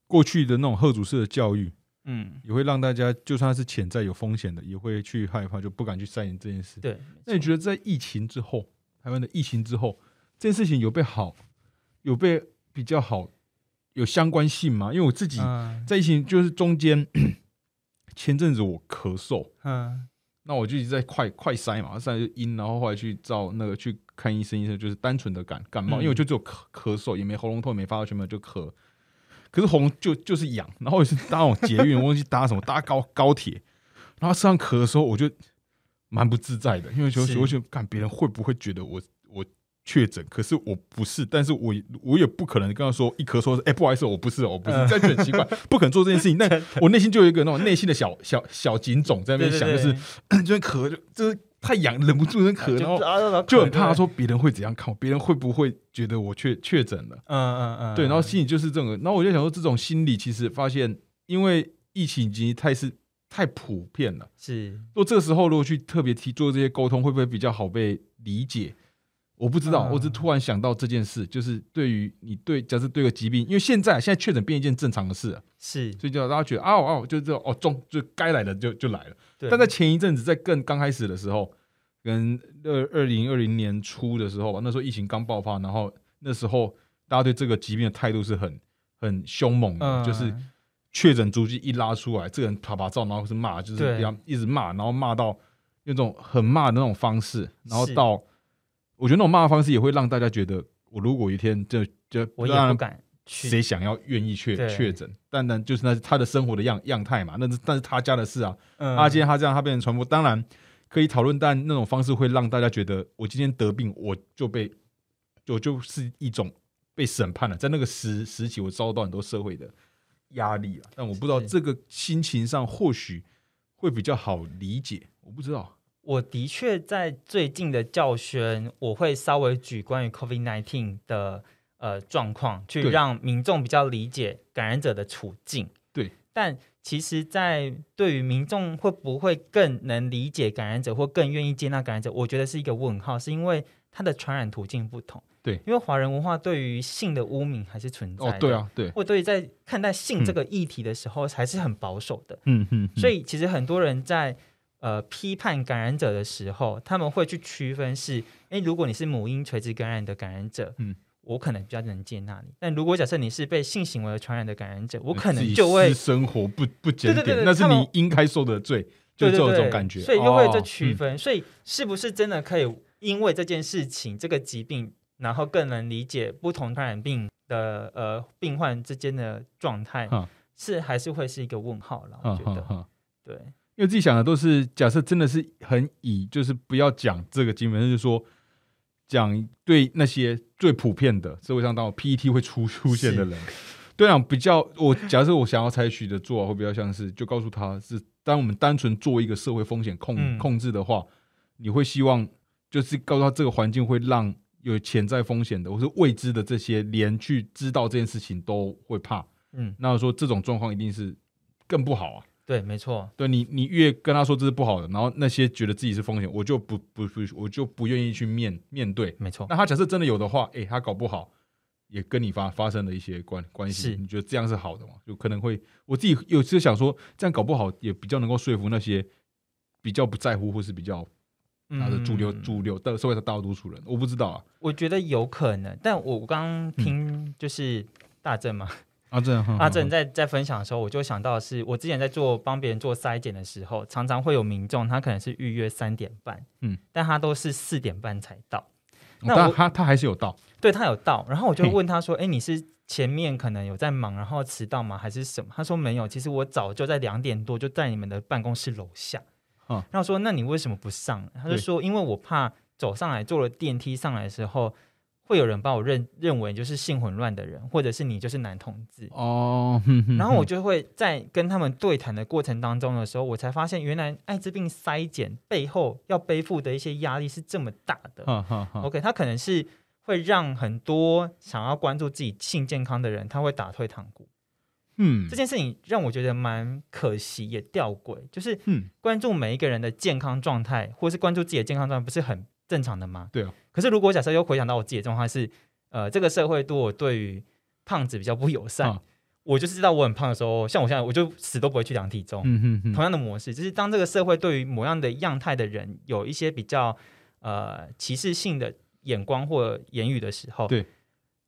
Speaker 1: 过去的那种贺主式的教育，
Speaker 2: 嗯，
Speaker 1: 也会让大家就算它是潜在有风险的，也会去害怕，就不敢去钻研这件事。
Speaker 2: 对，
Speaker 1: 那你觉得在疫情之后，台湾的疫情之后，这件事情有被好，有被比较好，有相关性吗？因为我自己
Speaker 2: 嗯
Speaker 1: 在疫情就是中间， 前阵子我咳嗽，
Speaker 2: 嗯
Speaker 1: 那我就一直在快快筛嘛，筛就阴，然后后来去照那个去看医生，医生就是单纯的感感冒，
Speaker 2: 嗯
Speaker 1: 因为我就只有咳咳嗽，也没喉咙痛，也没发烧，全没有就咳。可是喉咙就就是痒，然后也是搭那种捷运，我忘记搭什么，搭高高铁，然后身上咳的时候，我就蛮不自在的，因为就是
Speaker 2: 是
Speaker 1: 我就看别人会不会觉得我我确诊，可是我不是，但是我我也不可能跟他说一咳嗽是，哎、不好意思，我不是，我不是，
Speaker 2: 嗯
Speaker 1: 这样就很奇怪，不可能做这件事情。 但我内心就有一个那种内心的小小小警种在那边
Speaker 2: 对对
Speaker 1: 想，
Speaker 2: 对，
Speaker 1: 就是 就是咳，就就是太痒，忍不住在咳，然后
Speaker 2: 后
Speaker 1: 就很怕，说别人会怎样看我，别人会不会觉得我确确诊了？
Speaker 2: 嗯嗯嗯，
Speaker 1: 对，然后心里就是这种，然后我就想说，这种心理其实发现，因为疫情已经太是太普遍了，
Speaker 2: 是
Speaker 1: 如果这个时候如果去特别提做这些沟通，会不会比较好被理解？我不知道，
Speaker 2: 嗯
Speaker 1: 我只是突然想到这件事，就是对于你对，假设对个疾病，因为现在现在确诊变一件正常的事了，
Speaker 2: 是，
Speaker 1: 所以就大家觉得啊哦，哦就这种哦中就该来的就就来了。
Speaker 2: 对
Speaker 1: 但在前一阵子，在更刚开始的时候，跟二二零二零年初的时候吧，那时候疫情刚爆发，然后那时候大家对这个疾病的态度是很很凶猛的，
Speaker 2: 嗯
Speaker 1: 就是确诊足迹一拉出来，这个人啪啪照，然后是骂，就是
Speaker 2: 对
Speaker 1: 比较一直骂，然后骂到那种很骂的那种方式，然后
Speaker 2: 是
Speaker 1: 到我觉得那种骂的方式也会让大家觉得，我如果有一天就就
Speaker 2: 我也
Speaker 1: 当然
Speaker 2: 不敢去，
Speaker 1: 谁想要愿意确
Speaker 2: 对
Speaker 1: 确诊？但但就是那是他的生活的样样态嘛，那是但是他家的事啊。
Speaker 2: 嗯
Speaker 1: 他今天他这样，他变成传播，当然可以讨论，但那种方式会让大家觉得，我今天得病，我就被就就是一种被审判了。在那个时时期，我遭到很多社会的压力了，但我不知道
Speaker 2: 是
Speaker 1: 这个心情上或许会比较好理解，我不知道。
Speaker 2: 我的确在最近的教学，我会稍微举关于 COVID nineteen 的呃状况，去
Speaker 1: 对
Speaker 2: 让民众比较理解感染者的处境。
Speaker 1: 对，
Speaker 2: 但其实，在对于民众会不会更能理解感染者，或更愿意接纳感染者，我觉得是一个问号，是因为它的传染途径不同。
Speaker 1: 对，
Speaker 2: 因为华人文化对于性的污名还是存在
Speaker 1: 哦
Speaker 2: 的。，
Speaker 1: 对，啊，对，
Speaker 2: 或对于在看待性这个议题的时候，还是很保守的。
Speaker 1: 嗯嗯，
Speaker 2: 所以其实很多人在呃批判感染者的时候，他们会去区分是，诶，如果你是母婴垂直感染的感染者，
Speaker 1: 嗯
Speaker 2: 我可能比较能接纳你；但如果假设你是被性行为传染的感染者，我可
Speaker 1: 呃自己
Speaker 2: 能就会
Speaker 1: 私生活不不检
Speaker 2: 对对
Speaker 1: 点，
Speaker 2: 对
Speaker 1: 那是
Speaker 2: 他们
Speaker 1: 你应该受的罪，就
Speaker 2: 对
Speaker 1: 这
Speaker 2: 对
Speaker 1: 种
Speaker 2: 对
Speaker 1: 这种感觉，
Speaker 2: 所以就会有这
Speaker 1: 哦
Speaker 2: 区分。所以是不是真的可以因为这件事情、这个疾病，然后更能理解不同传染病的呃病患之间的状态
Speaker 1: 嗯？
Speaker 2: 是还是会是一个问号了，我
Speaker 1: 嗯
Speaker 2: 觉
Speaker 1: 嗯
Speaker 2: 得
Speaker 1: 嗯，嗯
Speaker 2: 对，
Speaker 1: 因为自己想的都是假设真的是很以就是不要讲这个经本，就是说讲对那些最普遍的社会上当中 PET 会出出现的人，对啊，比较我假设我想要采取的做法会比较像是就告诉他是，当我们单纯做一个社会风险控、
Speaker 2: 嗯
Speaker 1: 控制的话，你会希望就是告诉他这个环境会让有潜在风险的或是未知的这些连去知道这件事情都会怕，
Speaker 2: 嗯，
Speaker 1: 那说这种状况一定是更不好啊。
Speaker 2: 对，没错，
Speaker 1: 对你，你越跟他说这是不好的，然后那些觉得自己是风险，我就不不不，我就不愿意去面面对。
Speaker 2: 没错。
Speaker 1: 那他假设真的有的话，诶，他搞不好也跟你发发生了一些关关系，
Speaker 2: 是
Speaker 1: 你觉得这样是好的吗？就可能会，我自己有时想说，这样搞不好也比较能够说服那些比较不在乎或是比较拿着主流、
Speaker 2: 嗯
Speaker 1: 主流的社会上大多数人，我不知道啊，
Speaker 2: 我觉得有可能，但我
Speaker 1: 嗯
Speaker 2: 刚听就是大正嘛，
Speaker 1: 阿正，
Speaker 2: 大正在在分享的时候，我就想到的是我之前在做帮别人做筛检的时候，常常会有民众他可能是预约三点半，
Speaker 1: 嗯，
Speaker 2: 但他都是四点半才到，那
Speaker 1: 但
Speaker 2: 我
Speaker 1: 他他还是有到，
Speaker 2: 对他有到，然后我就
Speaker 1: 嘿
Speaker 2: 问他说：“哎，你是前面可能有在忙，然后迟到吗？还是什么？”他说：“没有，其实我早就在两点多就在你们的办公室楼下。”
Speaker 1: 嗯
Speaker 2: 然后我说：“那你为什么不上来？”他就
Speaker 1: 对
Speaker 2: 说：“因为我怕走上来，坐了电梯上来的时候，会有人把我认认为就是性混乱的人，或者是你就是男同志。”
Speaker 1: 哦，哼哼
Speaker 2: 然后我
Speaker 1: 哼
Speaker 2: 就会在跟他们对谈的过程当中的时候，我才发现原来艾滋病筛检背后要背负的一些压力是这么大的。
Speaker 1: 哈哈哈，
Speaker 2: OK，他可能是会让很多想要关注自己性健康的人，他会打退堂鼓。
Speaker 1: 嗯
Speaker 2: 这件事情让我觉得蛮可惜，也吊诡，就是
Speaker 1: 嗯，
Speaker 2: 关注每一个人的健康状态，或是关注自己的健康状态，不是很正常的吗？
Speaker 1: 对啊。
Speaker 2: 可是如果假设又回想到我自己的状态是，呃，这个社会对我对于胖子比较不友善，
Speaker 1: 啊
Speaker 2: 我就是知道我很胖的时候，像我现在我就死都不会去量体重。
Speaker 1: 嗯哼哼，
Speaker 2: 同样的模式，就是当这个社会对于某样的样态的人有一些比较呃歧视性的眼光或言语的时候，
Speaker 1: 对，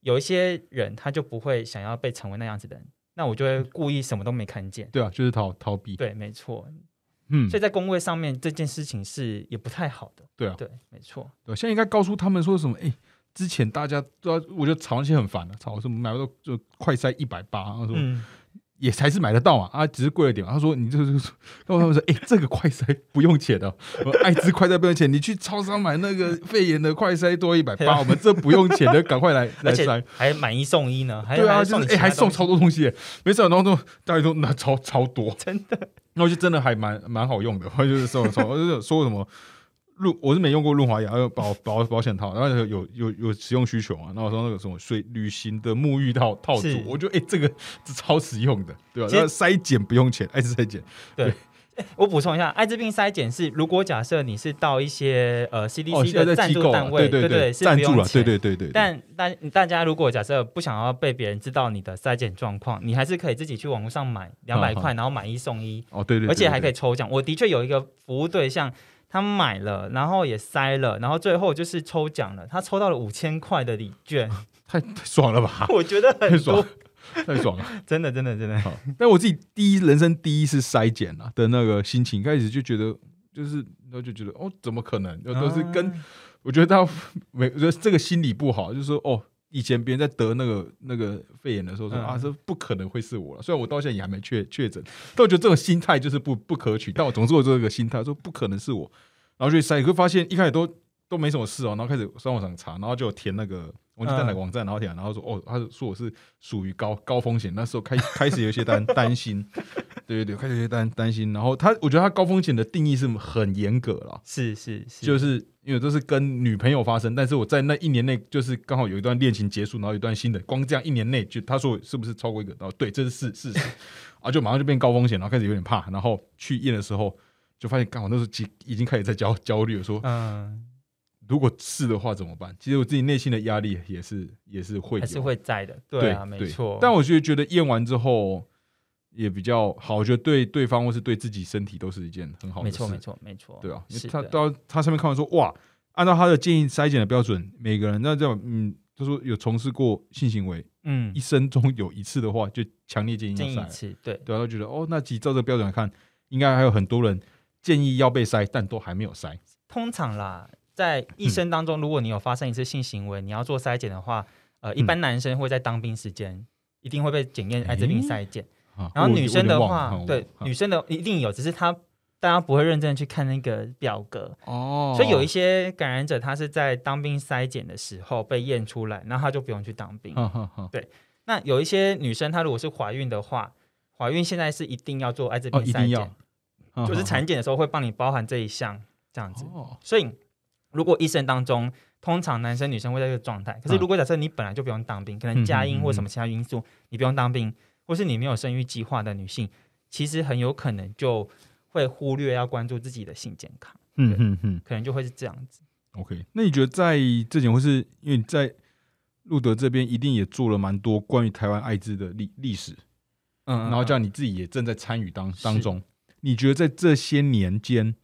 Speaker 2: 有一些人他就不会想要被成为那样子的人，那我就
Speaker 1: 嗯
Speaker 2: 会故意什么都没看见。
Speaker 1: 对啊，就是逃逃避，
Speaker 2: 对，没错。
Speaker 1: 嗯，
Speaker 2: 所以在工位上面这件事情是也不太好的。
Speaker 1: 对啊
Speaker 2: 对，没错。
Speaker 1: 对，现在应该告诉他们说什么？哎、之前大家都要，我觉得炒那些很烦的、炒什么买不到就快塞一百八，然后说、
Speaker 2: 嗯，
Speaker 1: 也才是买得到嘛，啊，只是贵了点嘛。他说你这个，告诉他们说，哎、这个快塞不用钱的、我说艾滋快塞不用钱，你去超商买那个肺炎的快塞多一百
Speaker 2: 对啊
Speaker 1: 八，我们这不用钱的，赶快来
Speaker 2: 而
Speaker 1: 来
Speaker 2: 且
Speaker 1: 塞。
Speaker 2: 还买一送一呢，还
Speaker 1: 对啊，
Speaker 2: 还
Speaker 1: 就
Speaker 2: 送
Speaker 1: 是
Speaker 2: 你
Speaker 1: 哎、
Speaker 2: 其他
Speaker 1: 还送
Speaker 2: 东西
Speaker 1: 超多东西耶，没事，然后都大家都拿超超 多，真的，那我就真的还蛮蛮好用的，我就是送送，我就是说什么。润我是没用过润滑液，还有保保保险套，然后有有有有使用需求啊。然后我说那个什么水旅行的沐浴套套组
Speaker 2: 是，
Speaker 1: 我觉得哎、这个这超实用的，对吧、
Speaker 2: 其实
Speaker 1: 然后筛检不用钱，艾滋筛检，
Speaker 2: 我补充一下，艾滋病筛检是，如果假设你是到一些呃
Speaker 1: 哦，
Speaker 2: CDC
Speaker 1: 现在在
Speaker 2: 的赞
Speaker 1: 机
Speaker 2: 助
Speaker 1: 构、啊
Speaker 2: 单，位，
Speaker 1: 对
Speaker 2: 对
Speaker 1: 对，
Speaker 2: 是不
Speaker 1: 赞助
Speaker 2: 用
Speaker 1: 了，对
Speaker 2: 钱。
Speaker 1: 对对对，对
Speaker 2: 但大大家如果假设不想要被别人知道你的筛检状况，你还是可以自己去网络上买两百
Speaker 1: 嗯
Speaker 2: 块，然后买一送一，
Speaker 1: 哦对对，
Speaker 2: 而且还可
Speaker 1: 以，
Speaker 2: 以抽奖。我的确有一个服务对象，他买了，然后也筛了，然后最后就是抽奖了，他抽到了五千块的礼券，
Speaker 1: 太太爽了吧，
Speaker 2: 我觉得
Speaker 1: 太
Speaker 2: 很
Speaker 1: 爽
Speaker 2: 多，
Speaker 1: 太爽了。
Speaker 2: 真的真的真的，
Speaker 1: 好，但我自己第一人生第一次筛检啊的那个心情，开始就觉得就是，然后就觉得哦，怎么可能？就都是跟、
Speaker 2: 啊
Speaker 1: 我觉得他每我觉得这个心理不好，就是说哦，以前别人在得那个那个肺炎的时候说、
Speaker 2: 嗯
Speaker 1: 啊，这不可能会是我了。虽然我到现在也还没确确诊，但我觉得这种心态就是不不可取。但我总是有这个心态，说不可能是我，然后去筛，会发现一开始都都没什么事哦，然后开始上网上查，然后就填那个。我就在哪个网站，然后填，然后说哦，他说我是属于高高风险，那时候开开始有一些担担心，对对对，开始有一些担担心。然后他，我觉得他高风险的定义是很严格啦，
Speaker 2: 是是是，
Speaker 1: 就是因为这是跟女朋友发生，但是我在那一年内，就是刚好有一段恋情结束，然后有一段新的，光这样一年内就他说我是不是超过一个？然哦后对，这是事 事实，啊，就马上就变高风险，然后开始有点怕，然后去验的时候就发现，刚好那时候其已经开始在焦焦虑了，说
Speaker 2: 嗯，
Speaker 1: 如果是的话怎么办？其实我自己内心的压力也是也是会
Speaker 2: 还是
Speaker 1: 有，
Speaker 2: 会在的，
Speaker 1: 对
Speaker 2: 对啊，没
Speaker 1: 对
Speaker 2: 错。
Speaker 1: 但我就觉得验完之后。也比较好，我觉得对对方或是对自己身体都是一件很好的
Speaker 2: 没
Speaker 1: 事。
Speaker 2: 错没错没错，
Speaker 1: 对啊，因
Speaker 2: 哦是
Speaker 1: 为他
Speaker 2: 的
Speaker 1: 到他上面看完说，哇，按照他的建议筛检的标准，每个人那这样，嗯，就说有从事过性行为，
Speaker 2: 嗯
Speaker 1: 一，生中有一次的话，就强烈建议要
Speaker 2: 建议
Speaker 1: 筛
Speaker 2: 一。次，对，
Speaker 1: 对啊，他觉得哦，那其实照这个标准来看，应该还有很多人建议要被筛，但都还没有筛。
Speaker 2: 通常啦，在一生当中，如果你有发生一次性行为，你要做筛检的话，
Speaker 1: 嗯
Speaker 2: 呃，一般男生会在当兵时间一定会被检验艾滋病筛检，
Speaker 1: 啊
Speaker 2: 然后女生的
Speaker 1: 哦我
Speaker 2: 话
Speaker 1: 有，
Speaker 2: 对
Speaker 1: 点忘了
Speaker 2: 女生的一定有，只是她大家不会认真地去看那个表格。
Speaker 1: 哦，
Speaker 2: 所以有一些感染者，他是在当兵筛检的时候被验出来，然后他就不用去当兵。
Speaker 1: 哈哈哈
Speaker 2: 那有一些女生，她如果是怀孕的话，怀孕现在是一定要做艾滋病
Speaker 1: 哦，一
Speaker 2: 筛
Speaker 1: 定
Speaker 2: 检，
Speaker 1: 要，哦哈
Speaker 2: 就是
Speaker 1: 哈
Speaker 2: 产检的时候会帮你包含这一项，这样子。
Speaker 1: 哦，
Speaker 2: 所以，如果一生当中，通常男生女生会在这个状态。可是，如果假设你本来就不用当兵，可能家
Speaker 1: 嗯嗯
Speaker 2: 因
Speaker 1: 嗯
Speaker 2: 或什么其他因素，你不用当兵，或是你没有生育计划的女性，其实很有可能就会忽略要关注自己的性健康，
Speaker 1: 嗯嗯嗯。
Speaker 2: 可能就会是这样子。
Speaker 1: OK，那你觉得在这点，或是因为你在路德这边一定也做了蛮多关于台湾艾滋的历历史，
Speaker 2: 嗯
Speaker 1: 然后这样你自己也正在参与当
Speaker 2: 是
Speaker 1: 当中，你觉得在这些年间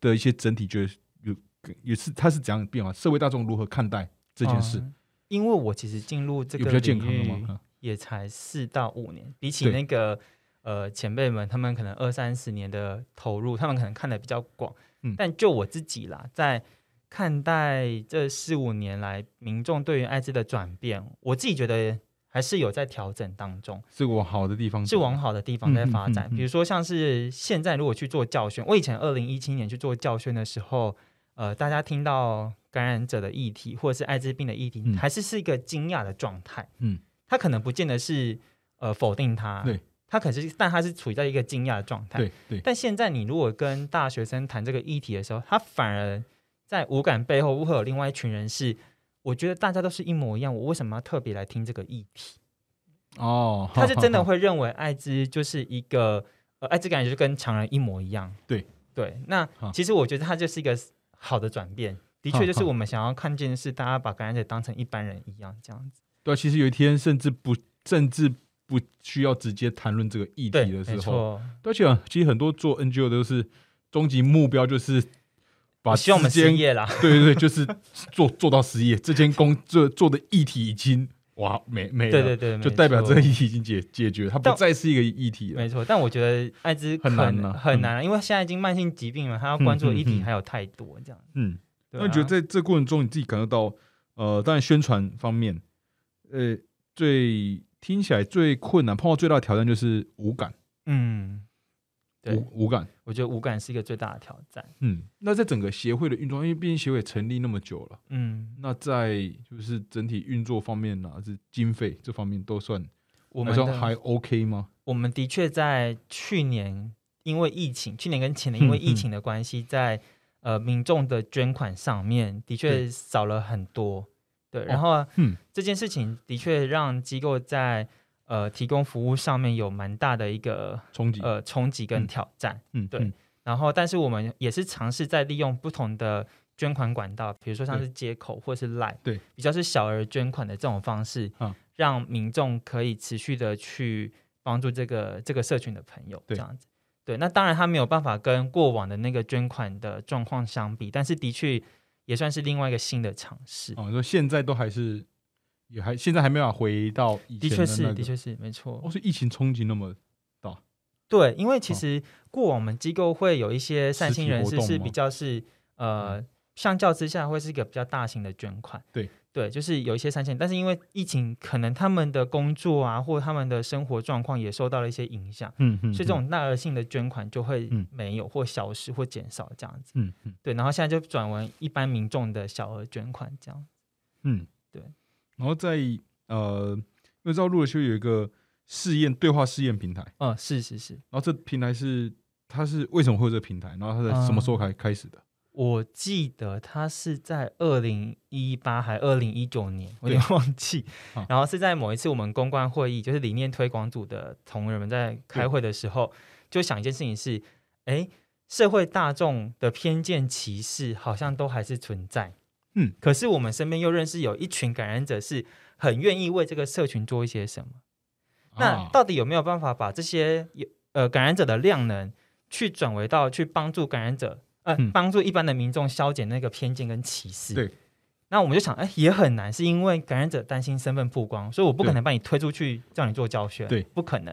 Speaker 1: 的一些整体，觉得有也是它是怎样的变化？社会大众如何看待这件事？
Speaker 2: 嗯因为我其实进入这
Speaker 1: 有
Speaker 2: 个
Speaker 1: 比较健康
Speaker 2: 领
Speaker 1: 的
Speaker 2: 域
Speaker 1: 吗？啊
Speaker 2: 也才四到五年，比起
Speaker 1: 对
Speaker 2: 那个呃前辈们，他们可能二三十年的投入，他们可能看的比较广。
Speaker 1: 嗯
Speaker 2: 但就我自己啦，在看待这四五年来民众对于艾滋的转变，我自己觉得还是有在调整当中，
Speaker 1: 是往好的地方
Speaker 2: 是
Speaker 1: 走
Speaker 2: 往好的地方在发
Speaker 1: 嗯嗯
Speaker 2: 展。
Speaker 1: 嗯嗯嗯
Speaker 2: 比如说像是现在如果去做教宣，我以前二零一七年去做教宣的时候，呃，大家听到感染者的议题或者是艾滋病的议题，
Speaker 1: 嗯
Speaker 2: 还是是一个惊讶的状态。
Speaker 1: 嗯，
Speaker 2: 他可能不见得是呃否定他，
Speaker 1: 对，
Speaker 2: 他可是但他是处在一个惊讶的状态。
Speaker 1: 对对，
Speaker 2: 但现在你如果跟大学生谈这个议题的时候，他反而在无感背后会有另外一群人是，我觉得大家都是一模一样，我为什么要特别来听这个议题？
Speaker 1: 哦，
Speaker 2: 他是真的
Speaker 1: 哈哈
Speaker 2: 会认为艾滋就是一个呃，艾滋感染就是跟常人一模一样。
Speaker 1: 对
Speaker 2: 对，那
Speaker 1: 啊
Speaker 2: 其实我觉得它就是一个好的转变，的
Speaker 1: 啊
Speaker 2: 确就是
Speaker 1: 啊
Speaker 2: 我们想要看见的是大家把感染者当成一般人一样这样子。
Speaker 1: 对啊，其实有一天甚至不甚至不需要直接谈论这个议
Speaker 2: 对，
Speaker 1: 题的
Speaker 2: 没
Speaker 1: 时候，
Speaker 2: 错，
Speaker 1: 而且啊其实很多做 NGO 都是终极目标就是把
Speaker 2: 我哦希望我们
Speaker 1: 之间
Speaker 2: 失业啦。
Speaker 1: 对对对，就是做做到失业，这间工做做的议题已经哇没没了，
Speaker 2: 对对对，
Speaker 1: 就
Speaker 2: 没
Speaker 1: 代表这
Speaker 2: 错
Speaker 1: 个议题已经解解决，它不
Speaker 2: 但啊
Speaker 1: 再是一个议题了。
Speaker 2: 没错，但我觉得艾滋
Speaker 1: 很
Speaker 2: 可
Speaker 1: 难
Speaker 2: 能
Speaker 1: 啊
Speaker 2: 很
Speaker 1: 嗯
Speaker 2: 难啊，因为现在已经慢性疾病了，他要关注的议
Speaker 1: 嗯嗯
Speaker 2: 题
Speaker 1: 嗯
Speaker 2: 还有太多这样。
Speaker 1: 嗯，
Speaker 2: 对
Speaker 1: 那你觉
Speaker 2: 啊
Speaker 1: 得在这过程中，你自己感受到，呃，当然宣传方面，呃，最听起来最困难，碰到最大的挑战就是无感，
Speaker 2: 嗯，对，
Speaker 1: 无无感。
Speaker 2: 我觉得无感是一个最大的挑战。
Speaker 1: 嗯，那在整个协会的运作，因为毕竟协会成立那么久了，
Speaker 2: 嗯，
Speaker 1: 那在就是整体运作方面呢、啊，是经费这方面都算，
Speaker 2: 我
Speaker 1: 来
Speaker 2: 们
Speaker 1: 说
Speaker 2: 的
Speaker 1: 还 OK 吗？
Speaker 2: 我们的确在去年因为疫情，去年跟前年因为
Speaker 1: 嗯
Speaker 2: 疫情的关系，在呃民众的捐款上面的确
Speaker 1: 对
Speaker 2: 少了很多。对，然后、
Speaker 1: 嗯
Speaker 2: 这件事情的确让机构在呃提供服务上面有蛮大的一个
Speaker 1: 冲击，
Speaker 2: 呃冲击跟
Speaker 1: 嗯
Speaker 2: 挑战。
Speaker 1: 嗯，
Speaker 2: 对
Speaker 1: 嗯
Speaker 2: 然后，但是我们也是尝试在利用不同的捐款管道，比如说像
Speaker 1: 对
Speaker 2: 是接口或是 Line，
Speaker 1: 对，
Speaker 2: 比较是小额捐款的这种方式，
Speaker 1: 啊
Speaker 2: 让民众可以持续的去帮助这个这个社群的朋友，
Speaker 1: 对
Speaker 2: 这样子。对，那当然他没有办法跟过往的那个捐款的状况相比，但是的确也算是另外一个新的尝试。
Speaker 1: 哦，你说现在都还是也还现在还没有回到以
Speaker 2: 的
Speaker 1: 前
Speaker 2: 确
Speaker 1: 的
Speaker 2: 是，
Speaker 1: 那
Speaker 2: 的
Speaker 1: 个，
Speaker 2: 确是，没错。
Speaker 1: 哦，是疫情冲击那么
Speaker 2: 对，因为其
Speaker 1: 哦
Speaker 2: 实过往我们机构会有一些善
Speaker 1: 实
Speaker 2: 心
Speaker 1: 体
Speaker 2: 人
Speaker 1: 活
Speaker 2: 士
Speaker 1: 动
Speaker 2: 是
Speaker 1: 吗嗯
Speaker 2: 比较是呃，相较之下会是一个比较大型的捐款。
Speaker 1: 对
Speaker 2: 对，就是有一些善心人，但是因为疫情，可能他们的工作啊，或他们的生活状况也受到了一些影响，
Speaker 1: 嗯嗯
Speaker 2: 所以这种大额性的捐款就会
Speaker 1: 嗯
Speaker 2: 没有或消失或减少这样子。
Speaker 1: 嗯嗯
Speaker 2: 对，然后现在就转为一般民众的小额捐款这样。
Speaker 1: 嗯，
Speaker 2: 对。
Speaker 1: 然后在呃，因为知道陆的修有一个试验对话试验平台，
Speaker 2: 嗯，是是是。
Speaker 1: 然后这平台是它是为什么会有这个平台？然后它
Speaker 2: 啊
Speaker 1: 在什么时候开开始的？
Speaker 2: 我记得他是在二零一八还二零一九年，我有
Speaker 1: 对
Speaker 2: 点 忘记
Speaker 1: 啊。
Speaker 2: 然后是在某一次我们公关会议，就是理念推广组的同仁们在开会的时候，就想一件事情是：哎，社会大众的偏见、歧视好像都还是存在。
Speaker 1: 嗯，
Speaker 2: 可是我们身边又认识有一群感染者，是很愿意为这个社群做一些什么。那
Speaker 1: 啊
Speaker 2: 到底有没有办法把这些有呃感染者的量能去转为到去帮助感染者，呃，
Speaker 1: 嗯
Speaker 2: 帮助一般的民众消减那个偏见跟歧视？
Speaker 1: 对。
Speaker 2: 那我们就想，哎、也很难，是因为感染者担心身份曝光，所以我不可
Speaker 1: 对
Speaker 2: 能把你推出去叫你做教学，
Speaker 1: 对，
Speaker 2: 不可能。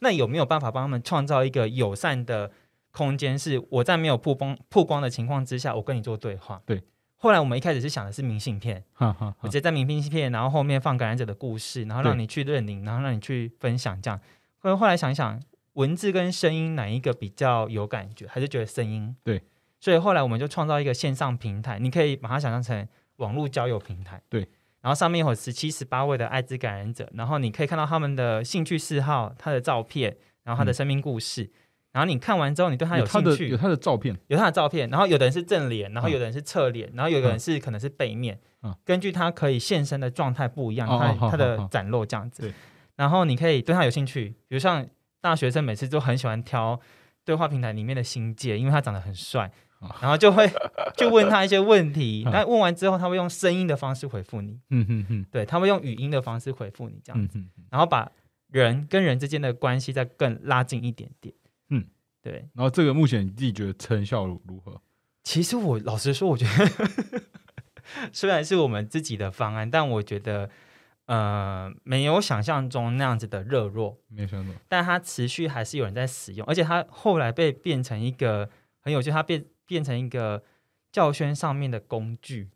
Speaker 2: 那有没有办法帮他们创造一个友善的空间？是我在没有曝光曝光的情况之下，我跟你做对话。
Speaker 1: 对。
Speaker 2: 后来我们一开始是想的是明信片，
Speaker 1: 哈哈哈
Speaker 2: 我直接在明信片，然后后面放感染者的故事，然后
Speaker 1: 嗯
Speaker 2: 让
Speaker 1: 对
Speaker 2: 你去认领，然后让你去分享这样。后后来想一想，文字跟声音哪一个比较有感觉？还是觉得声音？
Speaker 1: 对，
Speaker 2: 所以后来我们就创造一个线上平台，你可以把它想象成网络交友平台。
Speaker 1: 对。
Speaker 2: 然后上面有十七、十八位的艾滋感染者，然后你可以看到他们的兴趣嗜好、他的照片，然后他的
Speaker 1: 嗯
Speaker 2: 生命故事。然后你看完之后，你对他有
Speaker 1: 他
Speaker 2: 兴
Speaker 1: 的
Speaker 2: 趣，
Speaker 1: 有他的照片，
Speaker 2: 有他的照片，然后有的人是正脸，然后
Speaker 1: 嗯
Speaker 2: 有的人是侧脸，然后有的人是可能是背面，
Speaker 1: 嗯
Speaker 2: 根据他可以现身的状态不一样，
Speaker 1: 哦
Speaker 2: 他
Speaker 1: 哦好
Speaker 2: 他
Speaker 1: 好
Speaker 2: 的
Speaker 1: 好
Speaker 2: 展露这样子
Speaker 1: 对。
Speaker 2: 然后你可以对他有兴趣，比如像大学生每次都很喜欢挑对话平台里面的新界，因为他长得很帅
Speaker 1: 哦，
Speaker 2: 然后就会 就问他一些问题，
Speaker 1: 嗯
Speaker 2: 那问完之后他会用声音的方式回复你，
Speaker 1: 嗯嗯嗯
Speaker 2: 对，他会用语音的方式回复你这样子
Speaker 1: 嗯嗯，嗯
Speaker 2: 然后把人跟人之间的关系再更拉近一点点。
Speaker 1: 嗯，
Speaker 2: 对。
Speaker 1: 然后这个目前你自己觉得成效如何？
Speaker 2: 其实我老实说，我觉得 虽然是我们自己的方案，但我觉得呃没有想象中那样子的热络，
Speaker 1: 没想到，
Speaker 2: 但它持续还是有人在使用，而且它后来被变成一个很有趣，它变变成一个教宣上面的工具。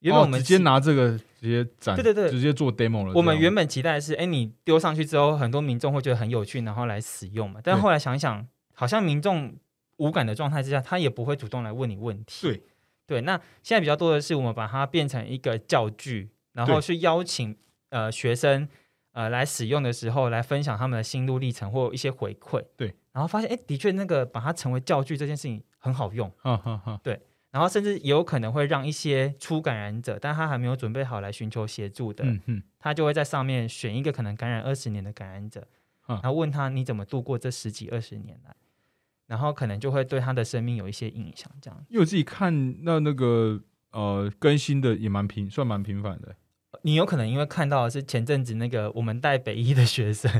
Speaker 2: 原本
Speaker 1: 哦
Speaker 2: 我们
Speaker 1: 直接
Speaker 2: 期
Speaker 1: 拿这个直接展，
Speaker 2: 对对对
Speaker 1: 直接做 demo 哦了这样吗。
Speaker 2: 我们原本期待的是，哎，你丢上去之后，很多民众会觉得很有趣，然后来使用嘛。但
Speaker 1: 对
Speaker 2: 后来想一想，好像民众无感的状态之下，他也不会主动来问你问题。
Speaker 1: 对
Speaker 2: 对，那现在比较多的是，我们把它变成一个教具，然后
Speaker 1: 对
Speaker 2: 去邀请呃学生呃来使用的时候，来分享他们的心路历程或一些回馈。
Speaker 1: 对，
Speaker 2: 然后发现哎，诶的确那个把它成为教具这件事情很好用。
Speaker 1: 哈哈哈，
Speaker 2: 然后甚至有可能会让一些初感染者，但他还没有准备好来寻求协助的，
Speaker 1: 嗯嗯
Speaker 2: 他就会在上面选一个可能感染二十年的感染者，
Speaker 1: 啊
Speaker 2: 然后问他你怎么度过这十几二十年来，然后可能就会对他的生命有一些影响。这样，
Speaker 1: 因为我自己看那那个呃更新的也蛮频，算蛮频繁的。
Speaker 2: 你有可能因为看到的是前阵子那个我们带北医的学生，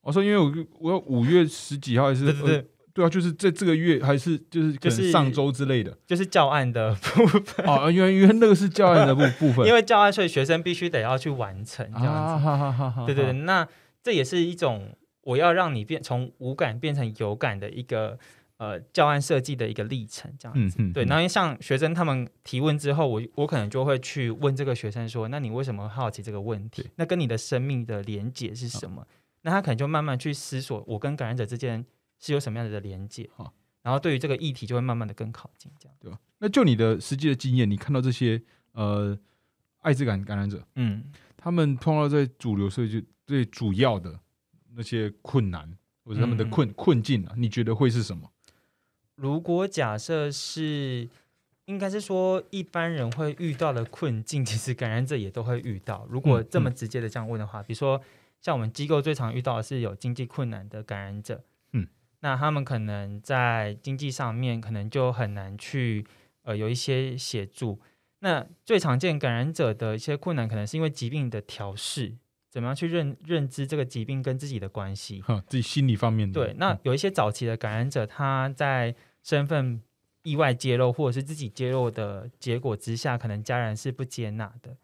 Speaker 1: 我哦说，因为我我五月十几号还是
Speaker 2: 对对
Speaker 1: 呃
Speaker 2: 对，
Speaker 1: 对啊，就是在这个月还是就是可
Speaker 2: 就
Speaker 1: 能
Speaker 2: 是
Speaker 1: 上周之类的
Speaker 2: 就是教案的部分，
Speaker 1: 哦，因为因为那个是教案 的部部分，
Speaker 2: 因
Speaker 1: 为
Speaker 2: 为教案所以学生必须得要去完成这样子。
Speaker 1: 啊哈哈哈哈，
Speaker 2: 对对对，那这也是一种我要让你变从无感变成有感的一个呃教案设计的一个历程，这样
Speaker 1: 嗯
Speaker 2: 子。
Speaker 1: 嗯，
Speaker 2: 对，
Speaker 1: 嗯
Speaker 2: 然后因为像学生他们提问之后，我我可能就会去问这个学生说：“那你为什么好奇这个问题
Speaker 1: 对？嗯
Speaker 2: 那跟你的生命的连结是什么？”那他可能就慢慢去思索，我跟感染者之间是有什么样的连结
Speaker 1: 好，
Speaker 2: 然后对于这个议题就会慢慢的更靠近，这样。
Speaker 1: 对吧？那就你的实际的经验，你看到这些呃艾滋感感染者，
Speaker 2: 嗯，
Speaker 1: 他们碰到在主流社会最主要的那些困难，或者他们的
Speaker 2: 嗯嗯
Speaker 1: 困困境啊，你觉得会是什么？
Speaker 2: 如果假设是，应该是说一般人会遇到的困境，其实感染者也都会遇到。如果
Speaker 1: 嗯
Speaker 2: 这么
Speaker 1: 嗯
Speaker 2: 直接的这样问的话，比如说像我们机构最常遇到的是有经济困难的感染者，
Speaker 1: 嗯，
Speaker 2: 那他们可能在经济上面可能就很难去呃有一些协助。那最常见感染者的一些困难，可能是因为疾病的调试，怎么样去认认知这个疾病跟自己的关系，
Speaker 1: 哈，自己心理方面的。
Speaker 2: 对，那
Speaker 1: 嗯
Speaker 2: 有一些早期的感染者，他在身份意外揭露或者是自己揭露的结果之下，可能家人是不接纳的。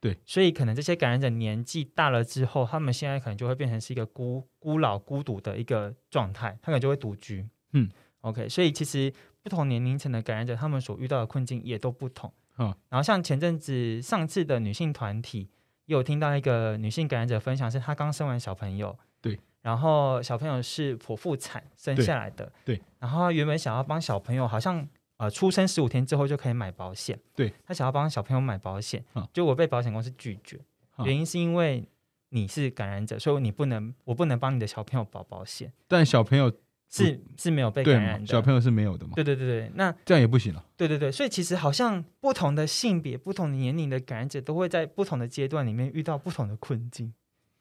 Speaker 1: 对，
Speaker 2: 所以可能这些感染者年纪大了之后，他们现在可能就会变成是一个孤孤老孤独的一个状态，他可能就会独居。
Speaker 1: 嗯
Speaker 2: ，OK，所以其实不同年龄层的感染者，他们所遇到的困境也都不同。
Speaker 1: 嗯
Speaker 2: 然后像前阵子上次的女性团体，也有听到一个女性感染者分享，是她刚生完小朋友，
Speaker 1: 对，
Speaker 2: 然后小朋友是剖腹产生
Speaker 1: 对
Speaker 2: 下来的，
Speaker 1: 对
Speaker 2: 然后她原本想要帮小朋友，好像呃出生十五天之后就可以买保险，
Speaker 1: 对，
Speaker 2: 她想要帮小朋友买保险
Speaker 1: 嗯，
Speaker 2: 结果被保险公司拒绝，
Speaker 1: 嗯
Speaker 2: 原因是因为你是感染者，所以你不能，我不能帮你的小朋友保保险，
Speaker 1: 但小朋友
Speaker 2: 是是没有被
Speaker 1: 对
Speaker 2: 感
Speaker 1: 嘛，
Speaker 2: 染
Speaker 1: 小
Speaker 2: 的，
Speaker 1: 朋友是没有的嘛，
Speaker 2: 对对对对，那
Speaker 1: 这样也不行了。
Speaker 2: 对对对，所以其实好像不同的性别、不同的年龄的感染者，都会在不同的阶段里面遇到不同的困境，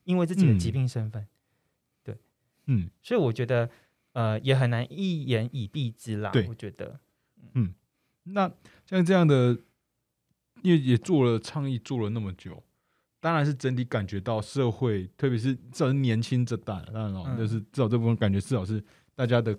Speaker 2: 因为自己的疾病身份。
Speaker 1: 嗯，
Speaker 2: 所以我觉得，呃，也很难一言以蔽之啦
Speaker 1: 对。
Speaker 2: 我觉得，
Speaker 1: 那像这样的，因为也做了倡议，做了那么久，当然是整体感觉到社会，特别是至少是年轻这代，当然了，
Speaker 2: 嗯，
Speaker 1: 就是至少这部分感觉，至少是大家的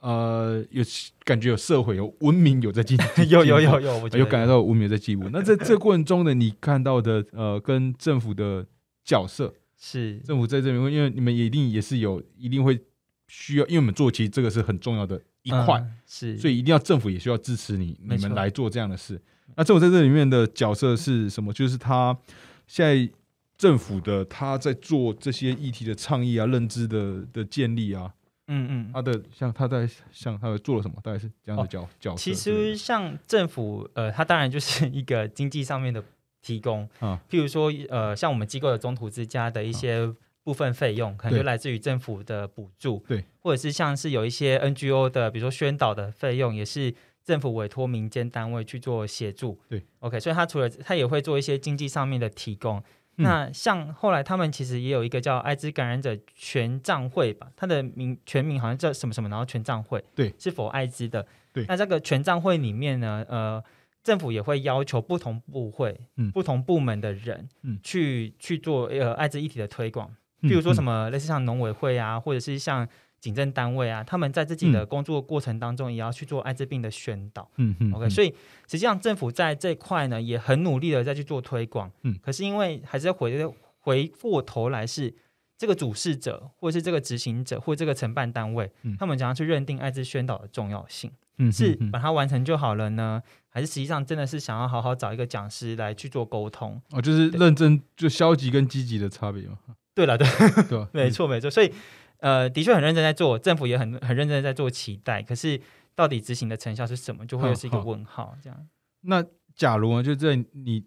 Speaker 1: 呃有感觉有社会有文明 有在进
Speaker 2: 有有有有，我觉得
Speaker 1: 有感觉到文明在进步。那在这过程中呢，你看到的呃跟政府的角色，
Speaker 2: 是
Speaker 1: 政府在这边，因为你们也一定也是有一定会需要，因为我们做其实这个是很重要的一块。
Speaker 2: 嗯是，
Speaker 1: 所以一定要政府也需要支持你，你
Speaker 2: 没错
Speaker 1: 们来做这样的事。那政府在这里面的角色是什么？就是他现在政府的他在做这些议题的倡议啊、认知的的建立啊，
Speaker 2: 嗯嗯，
Speaker 1: 他的像他在像他做了什么，大概是这样的
Speaker 2: 哦
Speaker 1: 角、角色
Speaker 2: 其
Speaker 1: 之类
Speaker 2: 实
Speaker 1: 的。
Speaker 2: 像政府，呃，它当然就是 一个经济上面的提供，
Speaker 1: 啊
Speaker 2: 譬如说，呃，像我们机构的中途之家的一些部分费用，可
Speaker 1: 嗯
Speaker 2: 能
Speaker 1: 对
Speaker 2: 就来自于政府的补助，
Speaker 1: 对，
Speaker 2: 或者是像是有一些 NGO 的，比如说宣导的费用，也是政府委托民间单位去做协助，
Speaker 1: 对
Speaker 2: ，OK，所以它除了它也会做一些经济上面的提供。
Speaker 1: 嗯
Speaker 2: 那像后来他们其实也有一个叫艾滋感染者全账会吧，它的名全名好像叫什么什么，然后全账会，
Speaker 1: 对，
Speaker 2: 是否艾滋的，
Speaker 1: 对
Speaker 2: 那这个全账会里面呢，呃，政府也会要求不同部会、
Speaker 1: 嗯
Speaker 2: 不同部门的人，
Speaker 1: 嗯
Speaker 2: 去去做呃艾滋议题的推广，譬如说什么类似像农委会啊，或者是像警政单位啊，他们在自己的工作过程当中也要去做艾滋病的宣导。
Speaker 1: 嗯嗯
Speaker 2: OK，所以实际上政府在这块呢也很努力的在去做推广，
Speaker 1: 嗯
Speaker 2: 可是因为还是要回回过头来是这个主事者或者是这个执行者或者这个承办单位，
Speaker 1: 嗯
Speaker 2: 他们怎样去认定艾滋宣导的重要性，
Speaker 1: 以
Speaker 2: 是把它完成就好了呢，还是实际上真的是想要好好找一个讲师来去做沟通？
Speaker 1: 哦，就是
Speaker 2: 对
Speaker 1: 认真就消极跟积极的差别嘛，
Speaker 2: 对 了，对，
Speaker 1: 对吧？
Speaker 2: 没错没错，所以呃的确很认真在做，政府也很很认真地在做期待，可是到底执行的成效是什么，就会是一个
Speaker 1: 好好
Speaker 2: 问号这样。
Speaker 1: 那假如啊，就在你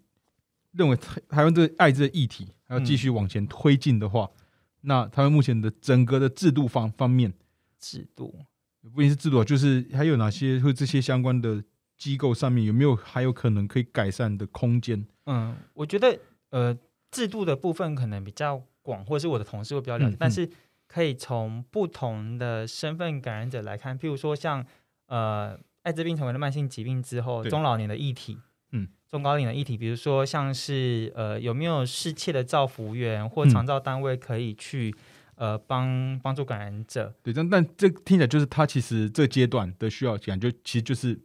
Speaker 1: 认为台台湾这个艾滋的议题还要
Speaker 2: 嗯
Speaker 1: 继续往前推进的话，那台湾目前的整个的制度方方面，
Speaker 2: 制度，
Speaker 1: 不仅是制度啊，就是还有哪些或这些相关的机构上面有没有还有可能可以改善的空间？
Speaker 2: 嗯，我觉得呃制度的部分可能比较广，或者是我的同事会比较了解，
Speaker 1: 嗯嗯
Speaker 2: 但是可以从不同的身份感染者来看，譬如说像呃艾滋病成为了慢性疾病之后，
Speaker 1: 对
Speaker 2: 中老年的议题，
Speaker 1: 嗯，
Speaker 2: 中高龄的议题，比如说像是呃有没有适切的照服员
Speaker 1: 嗯
Speaker 2: 或长照单位可以去、呃帮帮助感染者，
Speaker 1: 对，但但这听起来就是它其实这阶段的需要感觉其实就是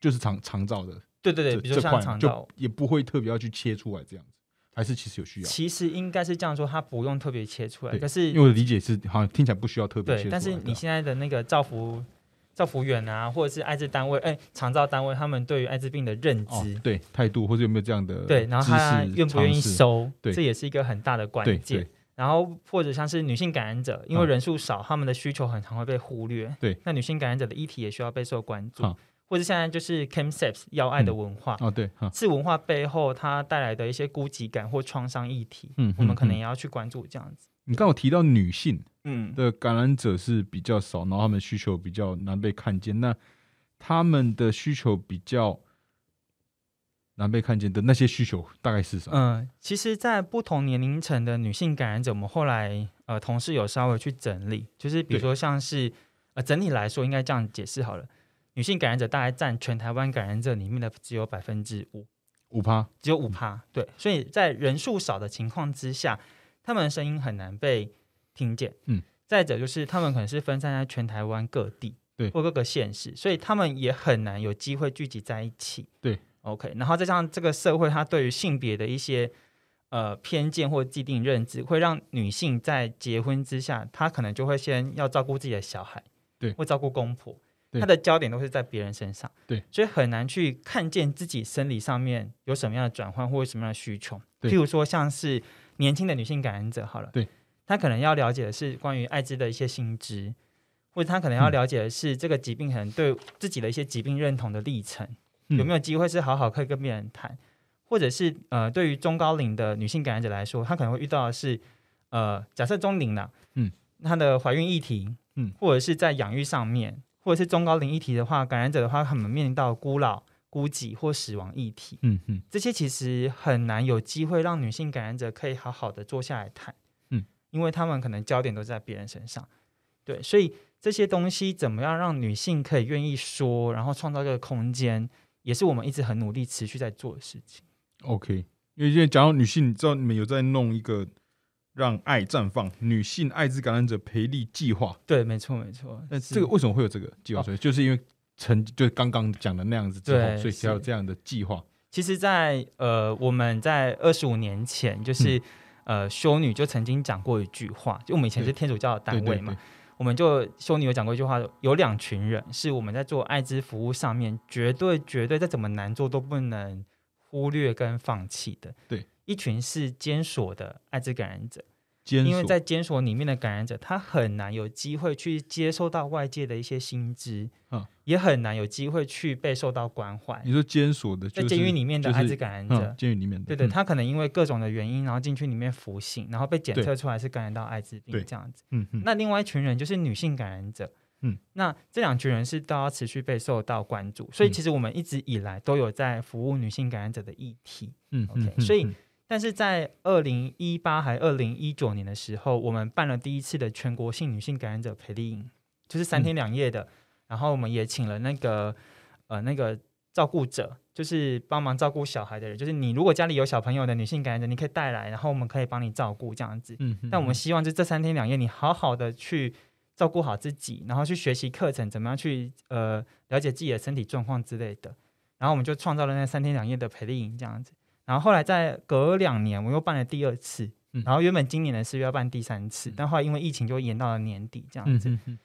Speaker 1: 就是长长照的
Speaker 2: 对对对，
Speaker 1: 这
Speaker 2: 比如
Speaker 1: 这
Speaker 2: 说像
Speaker 1: 块
Speaker 2: 长
Speaker 1: 就
Speaker 2: 照。
Speaker 1: 也不会特别要去切出来这样子，还是其实有需要。
Speaker 2: 其实应该是这样说，它不用特别切出来，
Speaker 1: 对
Speaker 2: 可是
Speaker 1: 因为我的理解是，好像听起来不需要特别切
Speaker 2: 对，
Speaker 1: 出来。
Speaker 2: 但是
Speaker 1: 对
Speaker 2: 你
Speaker 1: 吧
Speaker 2: 现在的那个造福造福员啊，或者是艾滋单位，哎，长照单位，他们对于艾滋病的认
Speaker 1: 哦
Speaker 2: 知，，
Speaker 1: 对态度或者有没有这样的
Speaker 2: 对，然后
Speaker 1: 知
Speaker 2: 他
Speaker 1: 识
Speaker 2: 愿不愿意
Speaker 1: 尝试
Speaker 2: 收，
Speaker 1: 对
Speaker 2: 这也是一个很大的关
Speaker 1: 对
Speaker 2: 键
Speaker 1: 对。
Speaker 2: 然后或者像是女性感染者，因
Speaker 1: 嗯
Speaker 2: 为人数少，他们的需求很常会被忽略。
Speaker 1: 对，
Speaker 2: 那女性感染者的议题也需要备受关注
Speaker 1: 好，
Speaker 2: 或者现在就是 chemsex 要爱的文化。
Speaker 1: 哦对哈
Speaker 2: 是文化背后它带来的一些孤寂感或创伤议题，
Speaker 1: 嗯
Speaker 2: 我
Speaker 1: 嗯
Speaker 2: 们可
Speaker 1: 嗯
Speaker 2: 能也要去关注这样子。
Speaker 1: 你刚好提到女性
Speaker 2: 嗯，
Speaker 1: 的感染者是比较少，然后他们需求比较难被看见，那他们的需求比较难被看见的那些需求大概是什么？
Speaker 2: 嗯，其实，在不同年龄层的女性感染者，我们后来呃，同事有稍微去整理，就是比如
Speaker 1: 对
Speaker 2: 说像是呃，整体来说应该这样解释好了，女性感染者大概占全台湾感染者里面的只有百分之五，
Speaker 1: 五趴，
Speaker 2: 只有五趴，对，所以在人数少的情况之下，他们的声音很难被听见。
Speaker 1: 嗯，
Speaker 2: 再者就是他们可能是分散在全台湾各地，
Speaker 1: 对
Speaker 2: 或各个县市，所以他们也很难有机会聚集在一起。
Speaker 1: 对
Speaker 2: ，OK，然后再加上这个社会它对于性别的一些呃偏见或既定认知，会让女性在结婚之下，她可能就会先要照顾自己的小孩，
Speaker 1: 对
Speaker 2: 或照顾公婆，
Speaker 1: 对
Speaker 2: 她的焦点都是在别人身上。所以很难去看见自己生理上面有什么样的转换或者什么样的需求。
Speaker 1: 对
Speaker 2: 譬如说，像是年轻的女性感染者，好了，
Speaker 1: 对，
Speaker 2: 她可能要了解的是关于艾滋的一些新知，或者她可能要
Speaker 1: 嗯
Speaker 2: 了解的是这个疾病可能对自己的一些疾病认同的历程，
Speaker 1: 嗯
Speaker 2: 有没有机会是好好可以跟别人谈，或者是呃，对于中高龄的女性感染者来说，她可能会遇到的是呃，假设中龄啦，
Speaker 1: 嗯，
Speaker 2: 她的怀孕议题，
Speaker 1: 嗯，
Speaker 2: 或者是在养育上面，或者是中高龄议题的话，感染者的话，他们面临到孤老、孤寂或死亡议题，
Speaker 1: 嗯嗯，
Speaker 2: 这些其实很难有机会让女性感染者可以好好的坐下来谈，
Speaker 1: 嗯，
Speaker 2: 因为他们可能焦点都在别人身上，对，所以这些东西怎么样让女性可以愿意说，然后创造这个空间，也是我们一直很努力持续在做的事情。
Speaker 1: OK，因为现在讲到女性，你知道你们有在弄一个让爱绽放女性艾滋感染者培力计划，
Speaker 2: 对，没错，没错。
Speaker 1: 那
Speaker 2: 是
Speaker 1: 这个为什么会有这个计划
Speaker 2: 哦
Speaker 1: 出来？就是因为曾就是刚刚讲的那样子之后，
Speaker 2: 对
Speaker 1: 所以才有
Speaker 2: 是
Speaker 1: 这样的计划。
Speaker 2: 其实在，呃，我们在二十五年前，就是、
Speaker 1: 嗯
Speaker 2: 呃，修女就曾经讲过一句话，就我们以前
Speaker 1: 对
Speaker 2: 是天主教的单
Speaker 1: 对
Speaker 2: 位
Speaker 1: 对
Speaker 2: 嘛，
Speaker 1: 对，
Speaker 2: 我们就修女有讲过一句话，有两群人是我们在做艾滋服务上面绝对绝对再怎么难做都不能忽略跟放弃的。
Speaker 1: 对，
Speaker 2: 一群是监所的艾滋感染者，
Speaker 1: 监
Speaker 2: 因为
Speaker 1: 所
Speaker 2: 在监所里面的感染者，他很难有机会去接受到外界的一些新知，
Speaker 1: 嗯
Speaker 2: 也很难有机会去被受到关怀。
Speaker 1: 你说监所的、就
Speaker 2: 在
Speaker 1: 是，
Speaker 2: 监狱里面的
Speaker 1: 就是
Speaker 2: 艾滋感染者，
Speaker 1: 嗯，监狱里面的，
Speaker 2: 对对，
Speaker 1: 嗯
Speaker 2: 他可能因为各种的原因，然后进去里面服刑，然后被检
Speaker 1: 对
Speaker 2: 测出来是感染到艾滋病
Speaker 1: 对
Speaker 2: 这样子。
Speaker 1: 嗯嗯，
Speaker 2: 那另外一群人就是女性感染者，
Speaker 1: 嗯，
Speaker 2: 那这两群人是都要持续被受到关注，所以
Speaker 1: 嗯
Speaker 2: 其实我们一直以来都有在服务女性感染者的议题，
Speaker 1: 嗯
Speaker 2: OK，所以
Speaker 1: 嗯
Speaker 2: 但是在二零一八还二零一九年的时候，我们办了第一次的全国性女性感染者培力营，就是三天两夜的，然后我们也请了那个呃那个照顾者。就是帮忙照顾小孩的人，就是你如果家里有小朋友的女性感染者，你可以带来，然后我们可以帮你照顾这样子。
Speaker 1: 嗯嗯
Speaker 2: 但我们希望就这三天两夜，你好好的去照顾好自己，然后去学习课程，怎么样去呃了解自己的身体状况之类的。然后我们就创造了那三天两夜的培力营这样子。然后后来在隔两年，我又办了第二次
Speaker 1: 嗯，
Speaker 2: 然后原本今年的四月要办第三次，但后来因为疫情就延到了年底这样
Speaker 1: 嗯
Speaker 2: 子。
Speaker 1: 嗯嗯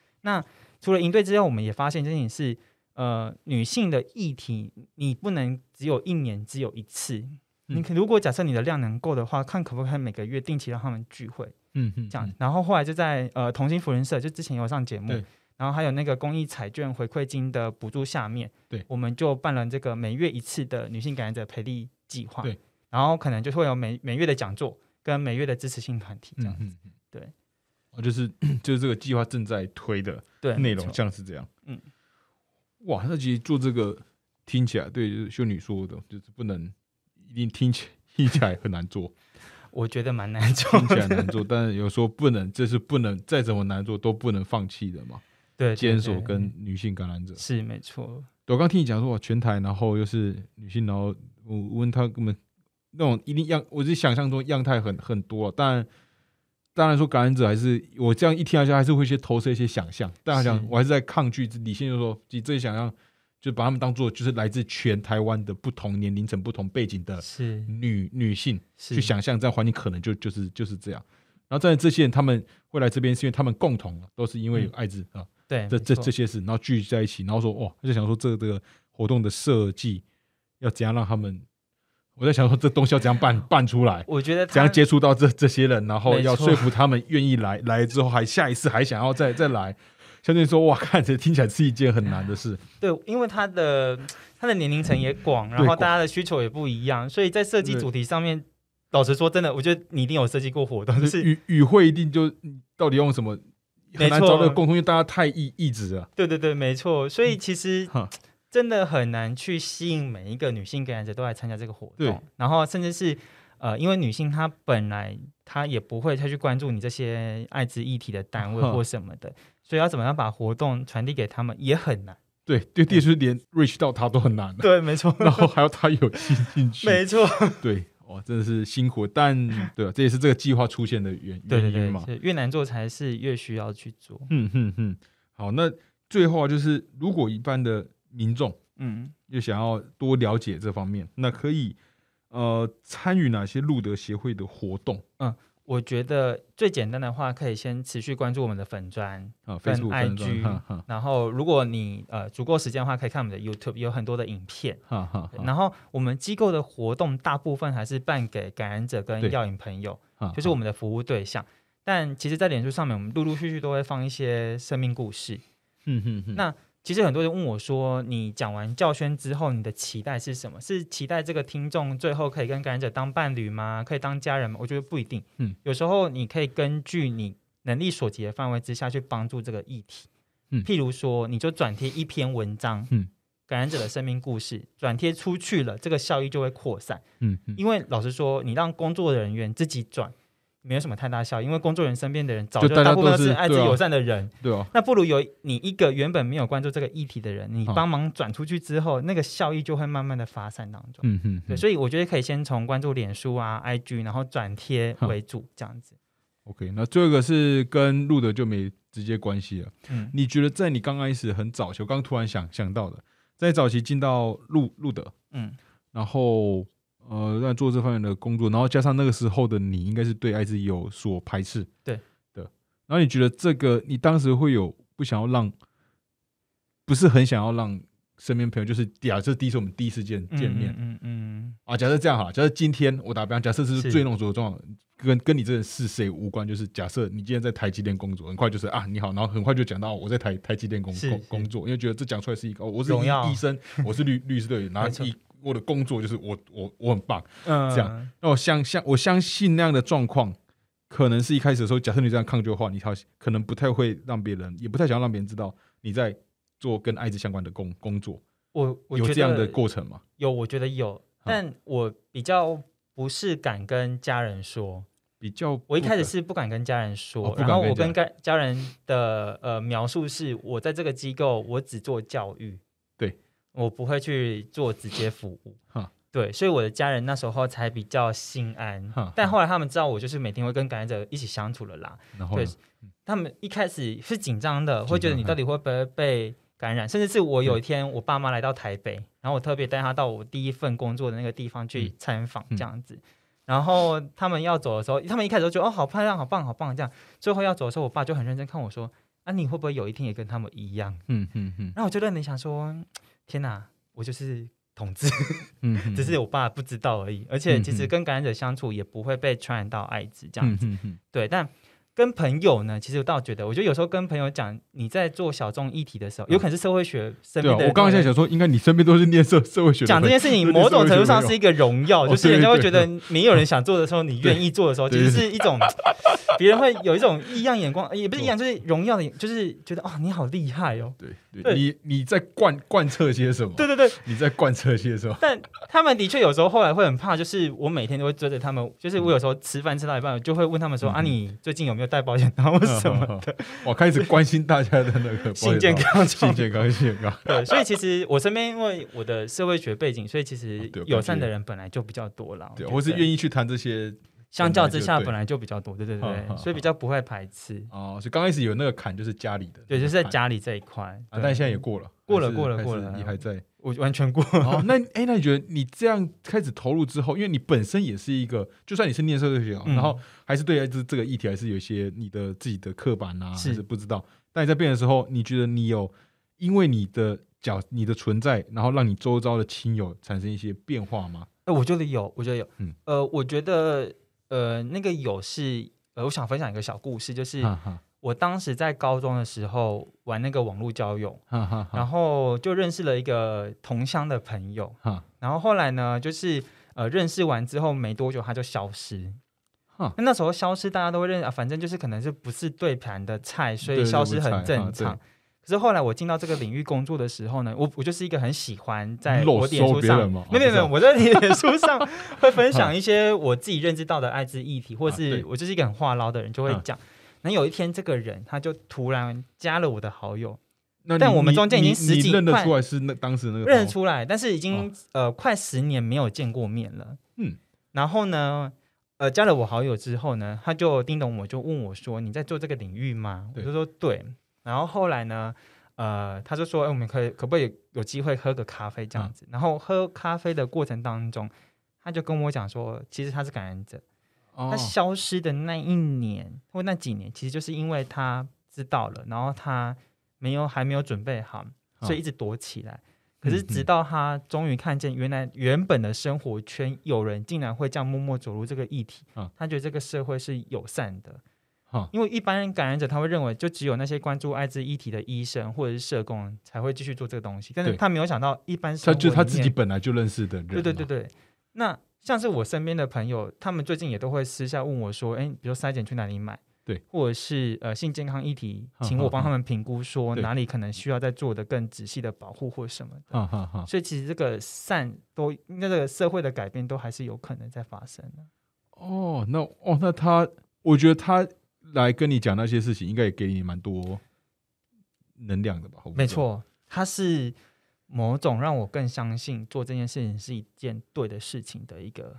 Speaker 2: 除了营队之外，我们也发现这件事是，呃，女性的议题，你不能只有一年只有一次。
Speaker 1: 嗯
Speaker 2: 你可如果假设你的量能够的话，看可不可以每个月定期让他们聚会，
Speaker 1: 嗯嗯
Speaker 2: 这样。然后后来就在呃同心福人社，就之前有上节目
Speaker 1: 对，
Speaker 2: 然后还有那个公益彩券回馈金的补助下面，
Speaker 1: 对
Speaker 2: 我们就办了这个每月一次的女性感染者培力计划，
Speaker 1: 对，
Speaker 2: 然后可能就会有每每月的讲座跟每月的支持性团体这样
Speaker 1: 嗯
Speaker 2: 子，
Speaker 1: 嗯嗯，
Speaker 2: 对
Speaker 1: 哦，就是 就是这个计划正在推的
Speaker 2: 对，
Speaker 1: 内
Speaker 2: 没
Speaker 1: 容
Speaker 2: 错
Speaker 1: 像是这样，
Speaker 2: 嗯，
Speaker 1: 哇，那其实做这个听起来对就是修女说的，就是不能一定听起听起来很难做，
Speaker 2: 我觉得蛮难做
Speaker 1: 听起来
Speaker 2: 的。
Speaker 1: 难做，但是有时候不能，这是不能，再怎么难做都不能放弃的嘛。
Speaker 2: 对，对
Speaker 1: 坚守
Speaker 2: 对
Speaker 1: 跟女性感染者，
Speaker 2: 是没错，
Speaker 1: 对我刚听你讲说哇，全台然后又是女性，然后我我问她根本那种一定样，我是想象中样态很很多，但当然说感染者还是我这样一听下去，还是会去投射一些想象，但我想
Speaker 2: 是
Speaker 1: 我还是在抗拒理性，就是说其实这些想象就把他们当做就是来自全台湾的不同年龄层、不同背景的
Speaker 2: 是
Speaker 1: 女女性
Speaker 2: 是
Speaker 1: 呃去想象这样环境可能就就是就是这样。然后在这些人他们会来这边，是因为他们共同都是因为有艾滋啊，
Speaker 2: 对
Speaker 1: 这
Speaker 2: 嗯没
Speaker 1: 这
Speaker 2: 错
Speaker 1: 这些事，然后聚集在一起，然后说哦，他就想说这个这个活动的设计要怎样让他们，我在想说这东西要怎样办办出来，
Speaker 2: 我觉得
Speaker 1: 怎样
Speaker 2: 他
Speaker 1: 接触到这这些人，然后
Speaker 2: 没
Speaker 1: 要
Speaker 2: 错
Speaker 1: 说服他们愿意来，来之后还下一次还想要再再来。相对说，哇，看着听起来是一件很难的事，
Speaker 2: 对，因为他的他的年龄层也广，然
Speaker 1: 对
Speaker 2: 后
Speaker 1: 广
Speaker 2: 大家的需求也不一样，所以在设计
Speaker 1: 对
Speaker 2: 主题上面，老实说，真的，我觉得你一定有设计过活动，哎就是
Speaker 1: 语语汇一定就嗯到底用什么很难
Speaker 2: 没错
Speaker 1: 找到一个共通，因为大家太意意志了。
Speaker 2: 对对对，没错。所以其实
Speaker 1: 哈
Speaker 2: 真的很难去吸引每一个女性感染者都来参加这个活
Speaker 1: 对
Speaker 2: 动，然后甚至是呃，因为女性她本来她也不会太去关注你这些艾滋议题的单位
Speaker 1: 哼
Speaker 2: 或什么的，所以要怎么样把活动传递给他们也很难。
Speaker 1: 对，对，第是连 reach 到他都很难，
Speaker 2: 对，没错，
Speaker 1: 然后还要他有兴兴趣。
Speaker 2: 没错，
Speaker 1: 对，哦，真的是辛苦，但对啊，这也是这个计划出现的原
Speaker 2: 对对
Speaker 1: 原因
Speaker 2: 对
Speaker 1: 嘛，。
Speaker 2: 是越难做才是越需要去做。
Speaker 1: 嗯哼哼，好，那最后啊，就是如果一般的民众
Speaker 2: 嗯，
Speaker 1: 又想要多了解这方面，那可以呃参与哪些路德协会的活动
Speaker 2: 我觉得最简单的话，可以先持续关注我们的粉砖，
Speaker 1: 啊
Speaker 2: 跟
Speaker 1: ？Facebook 粉专
Speaker 2: IG
Speaker 1: 哈哈
Speaker 2: 然后如果你呃足够时间的话，可以看我们的 YouTube，有很多的影片。
Speaker 1: 哈哈
Speaker 2: 对然后我们机构的活动大部分还是办给感染者
Speaker 1: 对
Speaker 2: 跟药瘾朋友，
Speaker 1: 哈，
Speaker 2: 就是我们的服务对象。但其实，在脸书上面，我们陆陆续续都会放一些生命故事。
Speaker 1: 嗯哼哼，
Speaker 2: 那其实很多人问我说：“你讲完教宣之后，你的期待是什么？是期待这个听众最后可以跟感染者当伴侣吗？可以当家人吗？”我觉得不一定。
Speaker 1: 嗯，
Speaker 2: 有时候你可以根据你能力所及的范围之下去帮助这个议题。
Speaker 1: 嗯
Speaker 2: 譬如说，你就转贴一篇文章，
Speaker 1: 嗯，
Speaker 2: 感染者的生命故事，转贴出去了，这个效益就会扩散。
Speaker 1: 嗯哼，
Speaker 2: 因为老实说，你让工作人员自己转，没有什么太大效益，因为工作人员身边的人早
Speaker 1: 就
Speaker 2: 就
Speaker 1: 大家
Speaker 2: 大部分
Speaker 1: 都
Speaker 2: 都
Speaker 1: 是
Speaker 2: 是艾滋
Speaker 1: 对啊
Speaker 2: 友善的人。
Speaker 1: 对哦，
Speaker 2: 那不如有你一个原本没有关注这个议题的人，你
Speaker 1: 嗯
Speaker 2: 帮忙转出去之后，那个效益就会慢慢的发散当中。
Speaker 1: 嗯哼
Speaker 2: 对，
Speaker 1: 哼
Speaker 2: 所以我觉得可以先从关注脸书啊、IG，然后转贴为主，这样子。
Speaker 1: ，OK，那这个是跟路德就没直接关系了。
Speaker 2: 嗯，
Speaker 1: 你觉得在你刚开始很早期，我刚突然想想到的，在早期进到路路德，
Speaker 2: 嗯，
Speaker 1: 然后呃，在做这方面的工作，然后加上那个时候的你，应该是对艾滋有所排斥，
Speaker 2: 对
Speaker 1: 的。然后你觉得这个，你当时会有不想要让，不是很想要让身边朋友，就是假设第一次我们第一次见见面、
Speaker 2: 嗯嗯嗯
Speaker 1: 啊，假设这样好了，假设今天我打比方，假设这是
Speaker 2: 是
Speaker 1: 最弄浊的状况。跟跟你这人是谁无关，就是假设你今天在台积电工作，很快就是啊你好，然后很快就讲到我在台台积电工
Speaker 2: 是
Speaker 1: 工
Speaker 2: 是
Speaker 1: 工作，因为觉得这讲出来是一个、哦、我是
Speaker 2: 荣耀
Speaker 1: 医医生， 我是律律师队，然
Speaker 2: 没
Speaker 1: 后
Speaker 2: 错
Speaker 1: 一我的工作就是我我我很棒，
Speaker 2: 嗯，
Speaker 1: 这
Speaker 2: 样
Speaker 1: 那我相相我相信那样的状况，可能是一开始的时候，假设你这样抗拒的话，你好可能不太会让别人，也不太想要让别人知道你在做跟艾滋相关的工工作，
Speaker 2: 我我
Speaker 1: 有
Speaker 2: 觉
Speaker 1: 这样的
Speaker 2: 得
Speaker 1: 过程吗？
Speaker 2: 有，我觉得有，但我比较不是敢跟家人说。
Speaker 1: 比较
Speaker 2: 我一开始
Speaker 1: 不
Speaker 2: 是不敢跟家人
Speaker 1: 哦
Speaker 2: 说，
Speaker 1: 不敢
Speaker 2: 然后我
Speaker 1: 跟
Speaker 2: 跟家家人的呃描述是，我在这个机构我只做教育，
Speaker 1: 对
Speaker 2: 我不会去做直接服务
Speaker 1: 哈，
Speaker 2: 对，所以我的家人那时候才比较心安
Speaker 1: 哈。
Speaker 2: 但后来他们知道我就是每天会跟感染者一起相处了啦，
Speaker 1: 可然后呢
Speaker 2: 对他们一开始是紧张的，
Speaker 1: 张
Speaker 2: 会觉得你到底会不会被感染，甚至是我有一天我爸妈来到台北，然后我特别带他到我第一份工作的那个地方去参访，
Speaker 1: 嗯
Speaker 2: 这样子。然后他们要走的时候，他们一开始都觉得哦好漂亮，好棒，好棒这样。最后要走的时候，我爸就很认真看我说：“啊，你会不会有一天也跟他们一样
Speaker 1: 嗯嗯嗯？”
Speaker 2: 然后我就认真想说：“天哪，我就是 同志，
Speaker 1: 嗯嗯，
Speaker 2: 只是我爸不知道而已。而且其
Speaker 1: 嗯
Speaker 2: 实
Speaker 1: 嗯
Speaker 2: 跟感染者相处也不会被传染到艾滋这样子。
Speaker 1: 嗯嗯嗯
Speaker 2: 对，但跟朋友呢，其实我倒觉得，我觉得有时候跟朋友讲你在做小众议题的时候，有可能是社会学身
Speaker 1: 嗯对啊
Speaker 2: 边的，人
Speaker 1: 我刚刚在想说，应该你身边都是念社社会学的
Speaker 2: 讲这
Speaker 1: 朋友，
Speaker 2: 件 事情，某种程度上是一个荣耀，
Speaker 1: 哦
Speaker 2: 就是
Speaker 1: 对
Speaker 2: 人家会
Speaker 1: 对
Speaker 2: 觉得没有人想做的时候，你愿意做的时候，
Speaker 1: 对
Speaker 2: 其
Speaker 1: 对
Speaker 2: 实是一种
Speaker 1: 嗯
Speaker 2: 别人会有一种异样眼光，也不是异样，就是荣耀的，就是觉得哦你好厉害哦。
Speaker 1: 对
Speaker 2: 对
Speaker 1: 你你在贯贯彻些什么？
Speaker 2: 对对对，
Speaker 1: 你在贯彻些什么？
Speaker 2: 但他们的确有时候后来会很怕，就是我每天都会追着他们，就是我有时候吃饭吃到一半，我就会问他们
Speaker 1: 嗯
Speaker 2: 说、啊，你最近有没有带保险套或什么的
Speaker 1: 我嗯开始关心大家的那个
Speaker 2: 性健、康状
Speaker 1: 性
Speaker 2: 况？
Speaker 1: 啊健康、性健 康。
Speaker 2: 对，所以其实我身边因为我的社会学背景，所以其实
Speaker 1: 哦对
Speaker 2: 友善的人本来就比较多啦，
Speaker 1: 对，
Speaker 2: 我觉
Speaker 1: 或是
Speaker 2: 得
Speaker 1: 愿意去谈这些
Speaker 2: 相较之下
Speaker 1: 本
Speaker 2: 本来就比较多，对对
Speaker 1: 好好
Speaker 2: 对，
Speaker 1: 好
Speaker 2: 所以比较不会排斥。
Speaker 1: 哦，所以刚开始有那个坎，就是家里的，
Speaker 2: 对，就是在
Speaker 1: 那个坎
Speaker 2: 家里这一块，
Speaker 1: 啊，
Speaker 2: 对
Speaker 1: 但现在也过了，
Speaker 2: 过了
Speaker 1: 还是
Speaker 2: 过了
Speaker 1: 还是
Speaker 2: 过了嗯
Speaker 1: 你还在。
Speaker 2: 我完全过。
Speaker 1: 哦，那哎，那你觉得你这样开始投入之后，因为你本身也是一个，就算你是念社会学哦，
Speaker 2: 嗯
Speaker 1: 然后还是对这这个议题还是有一些你的自己的刻板啊，
Speaker 2: 是
Speaker 1: 还是不知道。但你在变的时候，你觉得你有因为你的角你的存在，然后让你周遭的亲友产生一些变化吗？
Speaker 2: 哎、我觉得有，我觉得有，
Speaker 1: 嗯
Speaker 2: 呃，我觉得呃，那个有是，呃，我想分享一个小故事，就是
Speaker 1: 哈哈
Speaker 2: 我当时在高中的时候玩那个网络交友，
Speaker 1: 哈哈哈
Speaker 2: 然后就认识了一个同乡的朋友，
Speaker 1: 哈
Speaker 2: 然后后来呢，就是呃，认识完之后没多久他就消失。
Speaker 1: 哈
Speaker 2: 那那时候消失，大家都会认啊，反正就是可能是不是对盘的菜，所以
Speaker 1: 对
Speaker 2: 消失很
Speaker 1: 不
Speaker 2: 正
Speaker 1: 菜啊
Speaker 2: 常。
Speaker 1: 对
Speaker 2: 可是后来我进到这个领域工作的时候呢，我我就是一个很喜欢在
Speaker 1: 漏
Speaker 2: 我脸
Speaker 1: 搜
Speaker 2: 书
Speaker 1: 别
Speaker 2: 上
Speaker 1: 人嘛，
Speaker 2: 没有没有没
Speaker 1: 啊
Speaker 2: 有，我在脸书上会分享一些我自己认知到的艾滋议题，或
Speaker 1: 啊对
Speaker 2: 是我就是一个很话唠的人，就会
Speaker 1: 啊
Speaker 2: 讲。然后有一天，这个人他就突然加了我的好友，
Speaker 1: 那你
Speaker 2: 但我们
Speaker 1: 你
Speaker 2: 中间已经
Speaker 1: 你
Speaker 2: 十
Speaker 1: 你
Speaker 2: 几
Speaker 1: 认得
Speaker 2: 块
Speaker 1: 出来是那当时那个
Speaker 2: 认得
Speaker 1: 头
Speaker 2: 出来，但是已经、呃快十年没有见过面了。
Speaker 1: 嗯，
Speaker 2: 然后呢，呃，加了我好友之后呢，他就叮咚我就问我说：“你在做这个领域吗？”我
Speaker 1: 对
Speaker 2: 就说：“对。”然后后来呢，呃，他就说：“哎、我们可以可不可以有机会喝个咖啡
Speaker 1: 嗯
Speaker 2: 这样子？”然后喝咖啡的过程当中，他就跟我讲说，其实他是感染者，
Speaker 1: 哦
Speaker 2: 他消失的那一年或那几年，其实就是因为他知道了，然后他没有还没有准备好，所以一直躲起来。
Speaker 1: 嗯
Speaker 2: 可是直到他终于看见，原来原本的生活圈有人竟然会这样默默走入这个议题
Speaker 1: 啊，
Speaker 2: 他觉得这个社会是友善的
Speaker 1: 啊。
Speaker 2: 因为一般感染者他会认为，就只有那些关注艾滋议题的医生或者是社工才会继续做这个东西，但是
Speaker 1: 对
Speaker 2: 他没有想到，一般
Speaker 1: 他
Speaker 2: 生活
Speaker 1: 就是他
Speaker 2: 里
Speaker 1: 自
Speaker 2: 面
Speaker 1: 己本来就认识的人嘛，
Speaker 2: 对对对对，那像是我身边的朋友，他们最近也都会私下问我说：“哎，比如筛检去哪里买？”
Speaker 1: 对，
Speaker 2: 或者是呃性健康议题，
Speaker 1: 哼
Speaker 2: 请
Speaker 1: 哼
Speaker 2: 我帮他
Speaker 1: 哼
Speaker 2: 们评估说
Speaker 1: 对
Speaker 2: 哪里可能需要再做的更仔细的保护或什么的。
Speaker 1: 啊哈哈哈。
Speaker 2: 所以其实这个善都，那个社会的改变都还是有可能在发生的。
Speaker 1: 哦，那哦，那他，我觉得他来跟你讲那些事情，应该也给你蛮多能量的吧？我不知道
Speaker 2: 没，错，它是某种让我更相信做这件事情是一件对的事情的一个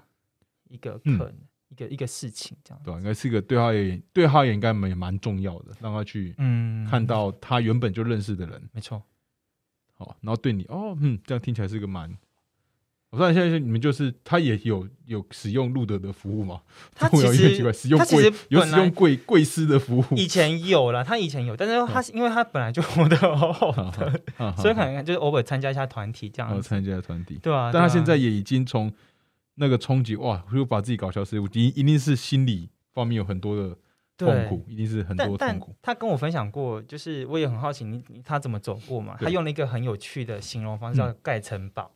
Speaker 2: 一个可
Speaker 1: 嗯
Speaker 2: 能，一个一个事情这样。
Speaker 1: 对啊吧、应该是个对他也对他也应该蛮蛮重要的，让他去
Speaker 2: 嗯，
Speaker 1: 看到他原本就认识的人，
Speaker 2: 没错，
Speaker 1: 好、然后对你，哦，嗯，这样听起来是个蛮。我知道现在是你们就是他也有有使用路德的服务嘛？
Speaker 2: 它
Speaker 1: 我
Speaker 2: 其
Speaker 1: 有点奇
Speaker 2: 实
Speaker 1: 怪，使用
Speaker 2: 它其
Speaker 1: 贵
Speaker 2: 实
Speaker 1: 有
Speaker 2: 本
Speaker 1: 使
Speaker 2: 来
Speaker 1: 用贵贵司的服务，
Speaker 2: 以前有啦，他以前有，但
Speaker 1: 嗯
Speaker 2: 是他是因为他本来就活得好
Speaker 1: 哈
Speaker 2: 好
Speaker 1: 哈
Speaker 2: 的，
Speaker 1: 哈哈
Speaker 2: 所以可能就是偶尔参加一下团体这
Speaker 1: 然
Speaker 2: 样
Speaker 1: 后
Speaker 2: 子，
Speaker 1: 参加团体，
Speaker 2: 对啊。
Speaker 1: 哦但他
Speaker 2: 对啊
Speaker 1: 现在也已经从那个冲击，哇，又把自己搞消失，一定一定是心理方面有很多的痛
Speaker 2: 对，
Speaker 1: 苦，一定是很
Speaker 2: 但
Speaker 1: 多痛
Speaker 2: 但
Speaker 1: 苦。
Speaker 2: 他跟我分享过，就是我也很好奇你你他怎么走过嘛？
Speaker 1: 对
Speaker 2: 他用了一个很有趣的形容方式，
Speaker 1: 嗯
Speaker 2: 叫盖城堡。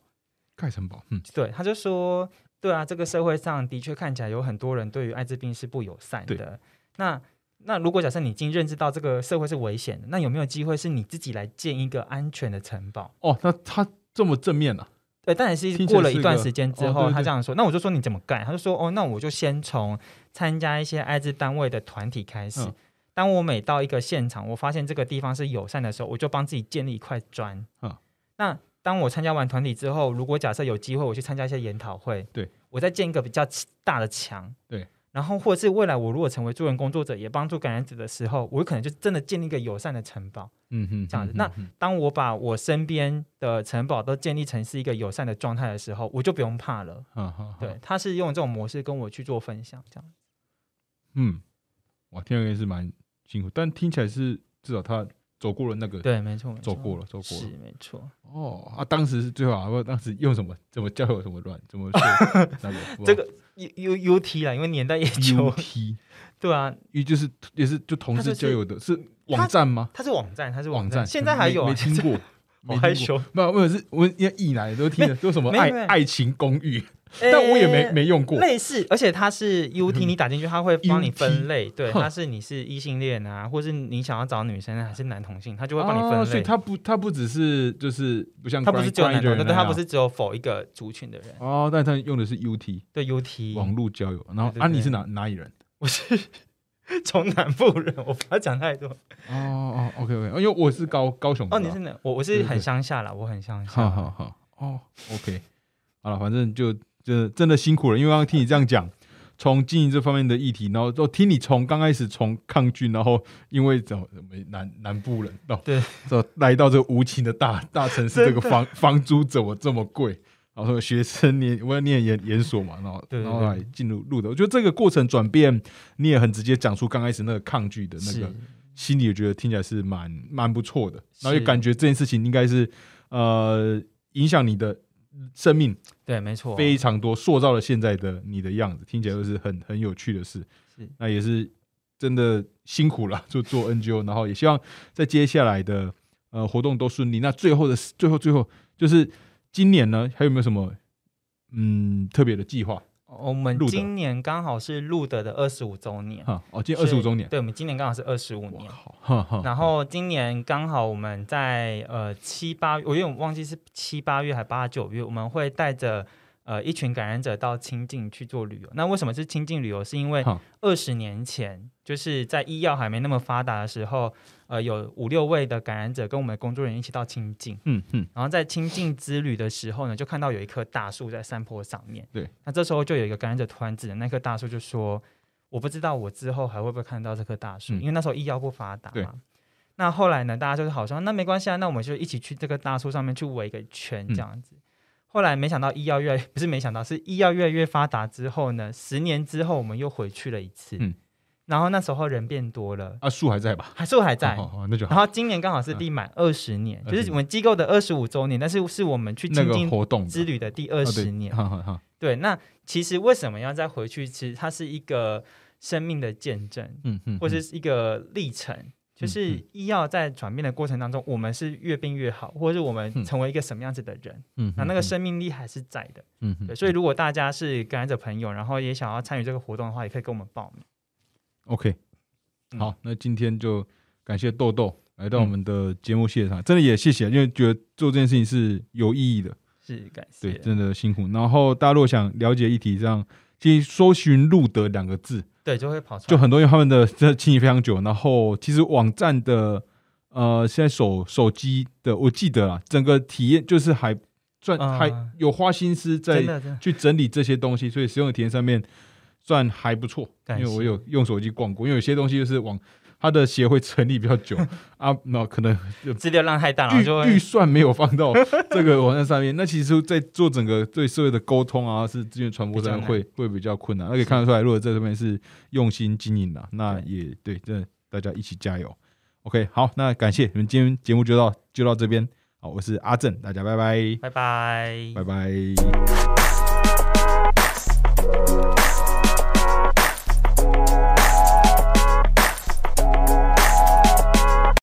Speaker 1: 盖城堡，嗯，
Speaker 2: 对，他就说，对啊，这个社会上的确看起来有很多人对于艾滋病是不友善
Speaker 1: 对
Speaker 2: 的。那那如果假设你已经认知到这个社会是危险的，那有没有机会是你自己来建一个安全的城堡？
Speaker 1: 哦，那他这么正面啊，
Speaker 2: 对，但也是
Speaker 1: 听起来
Speaker 2: 过了
Speaker 1: 是
Speaker 2: 一段
Speaker 1: 个
Speaker 2: 时间之
Speaker 1: 哦
Speaker 2: 后，
Speaker 1: 对对
Speaker 2: 他
Speaker 1: 对
Speaker 2: 这样说，那我就说你怎么干？他就说哦，那我就先从参加一些艾滋单位的团体开始。
Speaker 1: 嗯
Speaker 2: 当我每到一个现场，我发现这个地方是友善的时候，我就帮自己建立一块砖。
Speaker 1: 嗯
Speaker 2: 那当我参加完团体之后，如果假设有机会，我去参加一些研讨会，
Speaker 1: 对
Speaker 2: 我再建一个比较大的墙，
Speaker 1: 对。
Speaker 2: 然后，或者是未来我如果成为助人工作者，也帮助感染者的时候，我有可能就真的建立一个友善的城堡。
Speaker 1: 嗯哼，
Speaker 2: 这样
Speaker 1: 嗯
Speaker 2: 子
Speaker 1: 哼
Speaker 2: 那
Speaker 1: 嗯哼
Speaker 2: 当我把我身边的城堡都建立成是一个友善的状态的时候，我就不用怕了。
Speaker 1: 哈哈，哈
Speaker 2: 对，，他是用这种模式跟我去做分享，这样。
Speaker 1: 嗯，哇，听起来是蛮辛苦，但听起来是至少他走过了那个，
Speaker 2: 对，没错，没错
Speaker 1: 走过了，走过
Speaker 2: 是
Speaker 1: 了。
Speaker 2: 没错。
Speaker 1: 哦，啊，当时是最好啊，我当时用什么，怎么交友，怎么乱，怎么 说那个
Speaker 2: 这个 U U U T 啦，因为年代也久
Speaker 1: U
Speaker 2: 了，
Speaker 1: T，
Speaker 2: 对啊，
Speaker 1: 也就是也是就同
Speaker 2: 它
Speaker 1: 事
Speaker 2: 就是
Speaker 1: 交友的，是网站吗？
Speaker 2: 它是网站，它是
Speaker 1: 网
Speaker 2: 网
Speaker 1: 站，
Speaker 2: 现在还有
Speaker 1: 没
Speaker 2: 啊
Speaker 1: 没， 听过，
Speaker 2: 好
Speaker 1: 没
Speaker 2: 害
Speaker 1: 听过。
Speaker 2: 羞。
Speaker 1: 没有，没有，是我们因为一来都听了，都什么
Speaker 2: 没有
Speaker 1: 爱
Speaker 2: 没有
Speaker 1: 爱情公寓， 但我也没没用过。嗯
Speaker 2: 类似，而且它是 UT，你打进去它会帮你分类，对，它是你是异性恋啊，或是你想要找女生啊还是男同性，哦它就会帮你分类。
Speaker 1: 哦所以它不，它不只是就是不像
Speaker 2: 它不是只有男
Speaker 1: Grindr
Speaker 2: 同，对，
Speaker 1: 那
Speaker 2: 它
Speaker 1: 样啊
Speaker 2: 不是只有否一个族群的人，
Speaker 1: 哦，但它用的是 UT
Speaker 2: 对 UT。
Speaker 1: 网络交友。然后
Speaker 2: 对对
Speaker 1: 啊，你
Speaker 2: 对
Speaker 1: 是哪哪里人？
Speaker 2: 我是 从南部人，我不要讲太 多。
Speaker 1: 哦哦，OK OK，因为我是高高雄的
Speaker 2: 哦，
Speaker 1: 啊
Speaker 2: 你是哪？我我
Speaker 1: 对
Speaker 2: 是
Speaker 1: 对
Speaker 2: 很
Speaker 1: 对
Speaker 2: 乡下啦，我很乡
Speaker 1: 好
Speaker 2: 下。
Speaker 1: 好好，哦，OK，好了，反正就就真的辛苦了，因为刚刚听你这样讲，从经营这方面的议题，然后都听你从刚开始从抗拒，然后因为怎么怎么南南部人到
Speaker 2: 对，
Speaker 1: 到来到这个无情的大大城市，这个房房租怎么这么贵？然后学生念我要念研研所嘛，然后
Speaker 2: 对对
Speaker 1: 然后
Speaker 2: 对
Speaker 1: 来进入入的，我觉得这个过程转变，你也很直接讲出刚开始那个抗拒的那
Speaker 2: 是
Speaker 1: 个心里也觉得听起来是蛮蛮不错的，然后也
Speaker 2: 是
Speaker 1: 感觉这件事情应该是呃影响你的生命
Speaker 2: 对，没错。
Speaker 1: 非常多，塑造了现在的你的样子，听起来就是很很有趣的事
Speaker 2: 是。
Speaker 1: 那也是真的辛苦了，就 做 NGO，然后也希望在接下来的呃活动都顺利。那最后的最后最后就是今年呢，还有没有什么嗯特别的计划
Speaker 2: 我们
Speaker 1: 路德
Speaker 2: 今年刚好是路德的二十五周年，
Speaker 1: 哈？哦，今年二十五周年，
Speaker 2: 对，我们今年刚好是二十五
Speaker 1: 我
Speaker 2: 年。
Speaker 1: 靠，哈哈，
Speaker 2: 然后今年刚好我们在呃七八，我有点忘记是七八月还八九月，我们会带着呃一群感染者到清境去做旅游。那为什么是清境旅游？是因为
Speaker 1: 好
Speaker 2: 二十年前，就是在医药还没那么发达的时候，呃，有五六位的感染者跟我们的工作人员一起到清境。
Speaker 1: 嗯嗯，
Speaker 2: 然后在清境之旅的时候呢，就看到有一棵大树在山坡上面。
Speaker 1: 对，
Speaker 2: 那这时候就有一个感染者突然指着那棵大树就说：“我不知道我之后还会不会看到这棵大树，
Speaker 1: 嗯
Speaker 2: 因为那时候医药不发达
Speaker 1: 对
Speaker 2: 嘛。”那后来呢，大家就是好像那没关系啊，那我们就一起去这个大树上面去围一个圈
Speaker 1: 嗯
Speaker 2: 这样子。后来没想到医药越来不是没想到是医药越来越发达之后呢，十年之后我们又回去了一次，
Speaker 1: 嗯
Speaker 2: 然后那时候人变多了，
Speaker 1: 啊，树还在吧？
Speaker 2: 还是还在，
Speaker 1: 哦，哦那就好
Speaker 2: 然。后今年刚好是第满二十年，
Speaker 1: 嗯
Speaker 2: 就是我们机构的二十五周年，但是是我们去
Speaker 1: 那
Speaker 2: 清
Speaker 1: 个
Speaker 2: 境
Speaker 1: 活动的
Speaker 2: 之旅的第二
Speaker 1: 啊对
Speaker 2: 十年。
Speaker 1: 哈哈哈，
Speaker 2: 对，那其实为什么要再回去？其实它是一个生命的见证，
Speaker 1: 嗯嗯，
Speaker 2: 或者是一个历程。就是医药在转变的过程当中，我们是越变越好，或者是我
Speaker 1: 嗯
Speaker 2: 们成为一个什么样子的人，
Speaker 1: 嗯，
Speaker 2: 那、那个
Speaker 1: 是，
Speaker 2: 生命力还是在的。
Speaker 1: 嗯嗯
Speaker 2: 对，所以如果大家是感染者朋友，然后也想要参与这个活动的话，也可以跟我们报名。
Speaker 1: OK，
Speaker 2: 嗯
Speaker 1: 好，那今天就感谢豆豆来到我们的节目现场，真的也谢谢，因为觉得做这件事情是有意义的，
Speaker 2: 是，感谢。
Speaker 1: 对，真的辛苦。然后大家如果想了解议题，这样其实搜寻“路德”两个字，
Speaker 2: 对就会跑出
Speaker 1: 就
Speaker 2: 来。
Speaker 1: 很多人他们的这清理非常久，然后其实网站的呃，现在手手机的我记得啦，整个体验就是还算、
Speaker 2: 嗯
Speaker 1: 还有花心思在
Speaker 2: 真的，真 的
Speaker 1: 去整理这些东西，所以使用的体验上面算还不错。因
Speaker 2: 感谢
Speaker 1: 为我有用手机逛过，因为有些东西就是往它的协会成立比较 久啊，那可能
Speaker 2: 资料量太大，然后就
Speaker 1: 预
Speaker 2: 会
Speaker 1: 预算没有放到这个网站上面。那其实，在做整个对社会的沟通啊，是资源传播上面
Speaker 2: 比较
Speaker 1: 会会比较困难。那可以看得出来，如果在这边是用心经营的、啊那也对，真的大家一起加油。OK，好，那感谢你们今天节目就到就到这边。好，我是阿正，大家拜拜，
Speaker 2: 拜拜。
Speaker 1: 拜拜。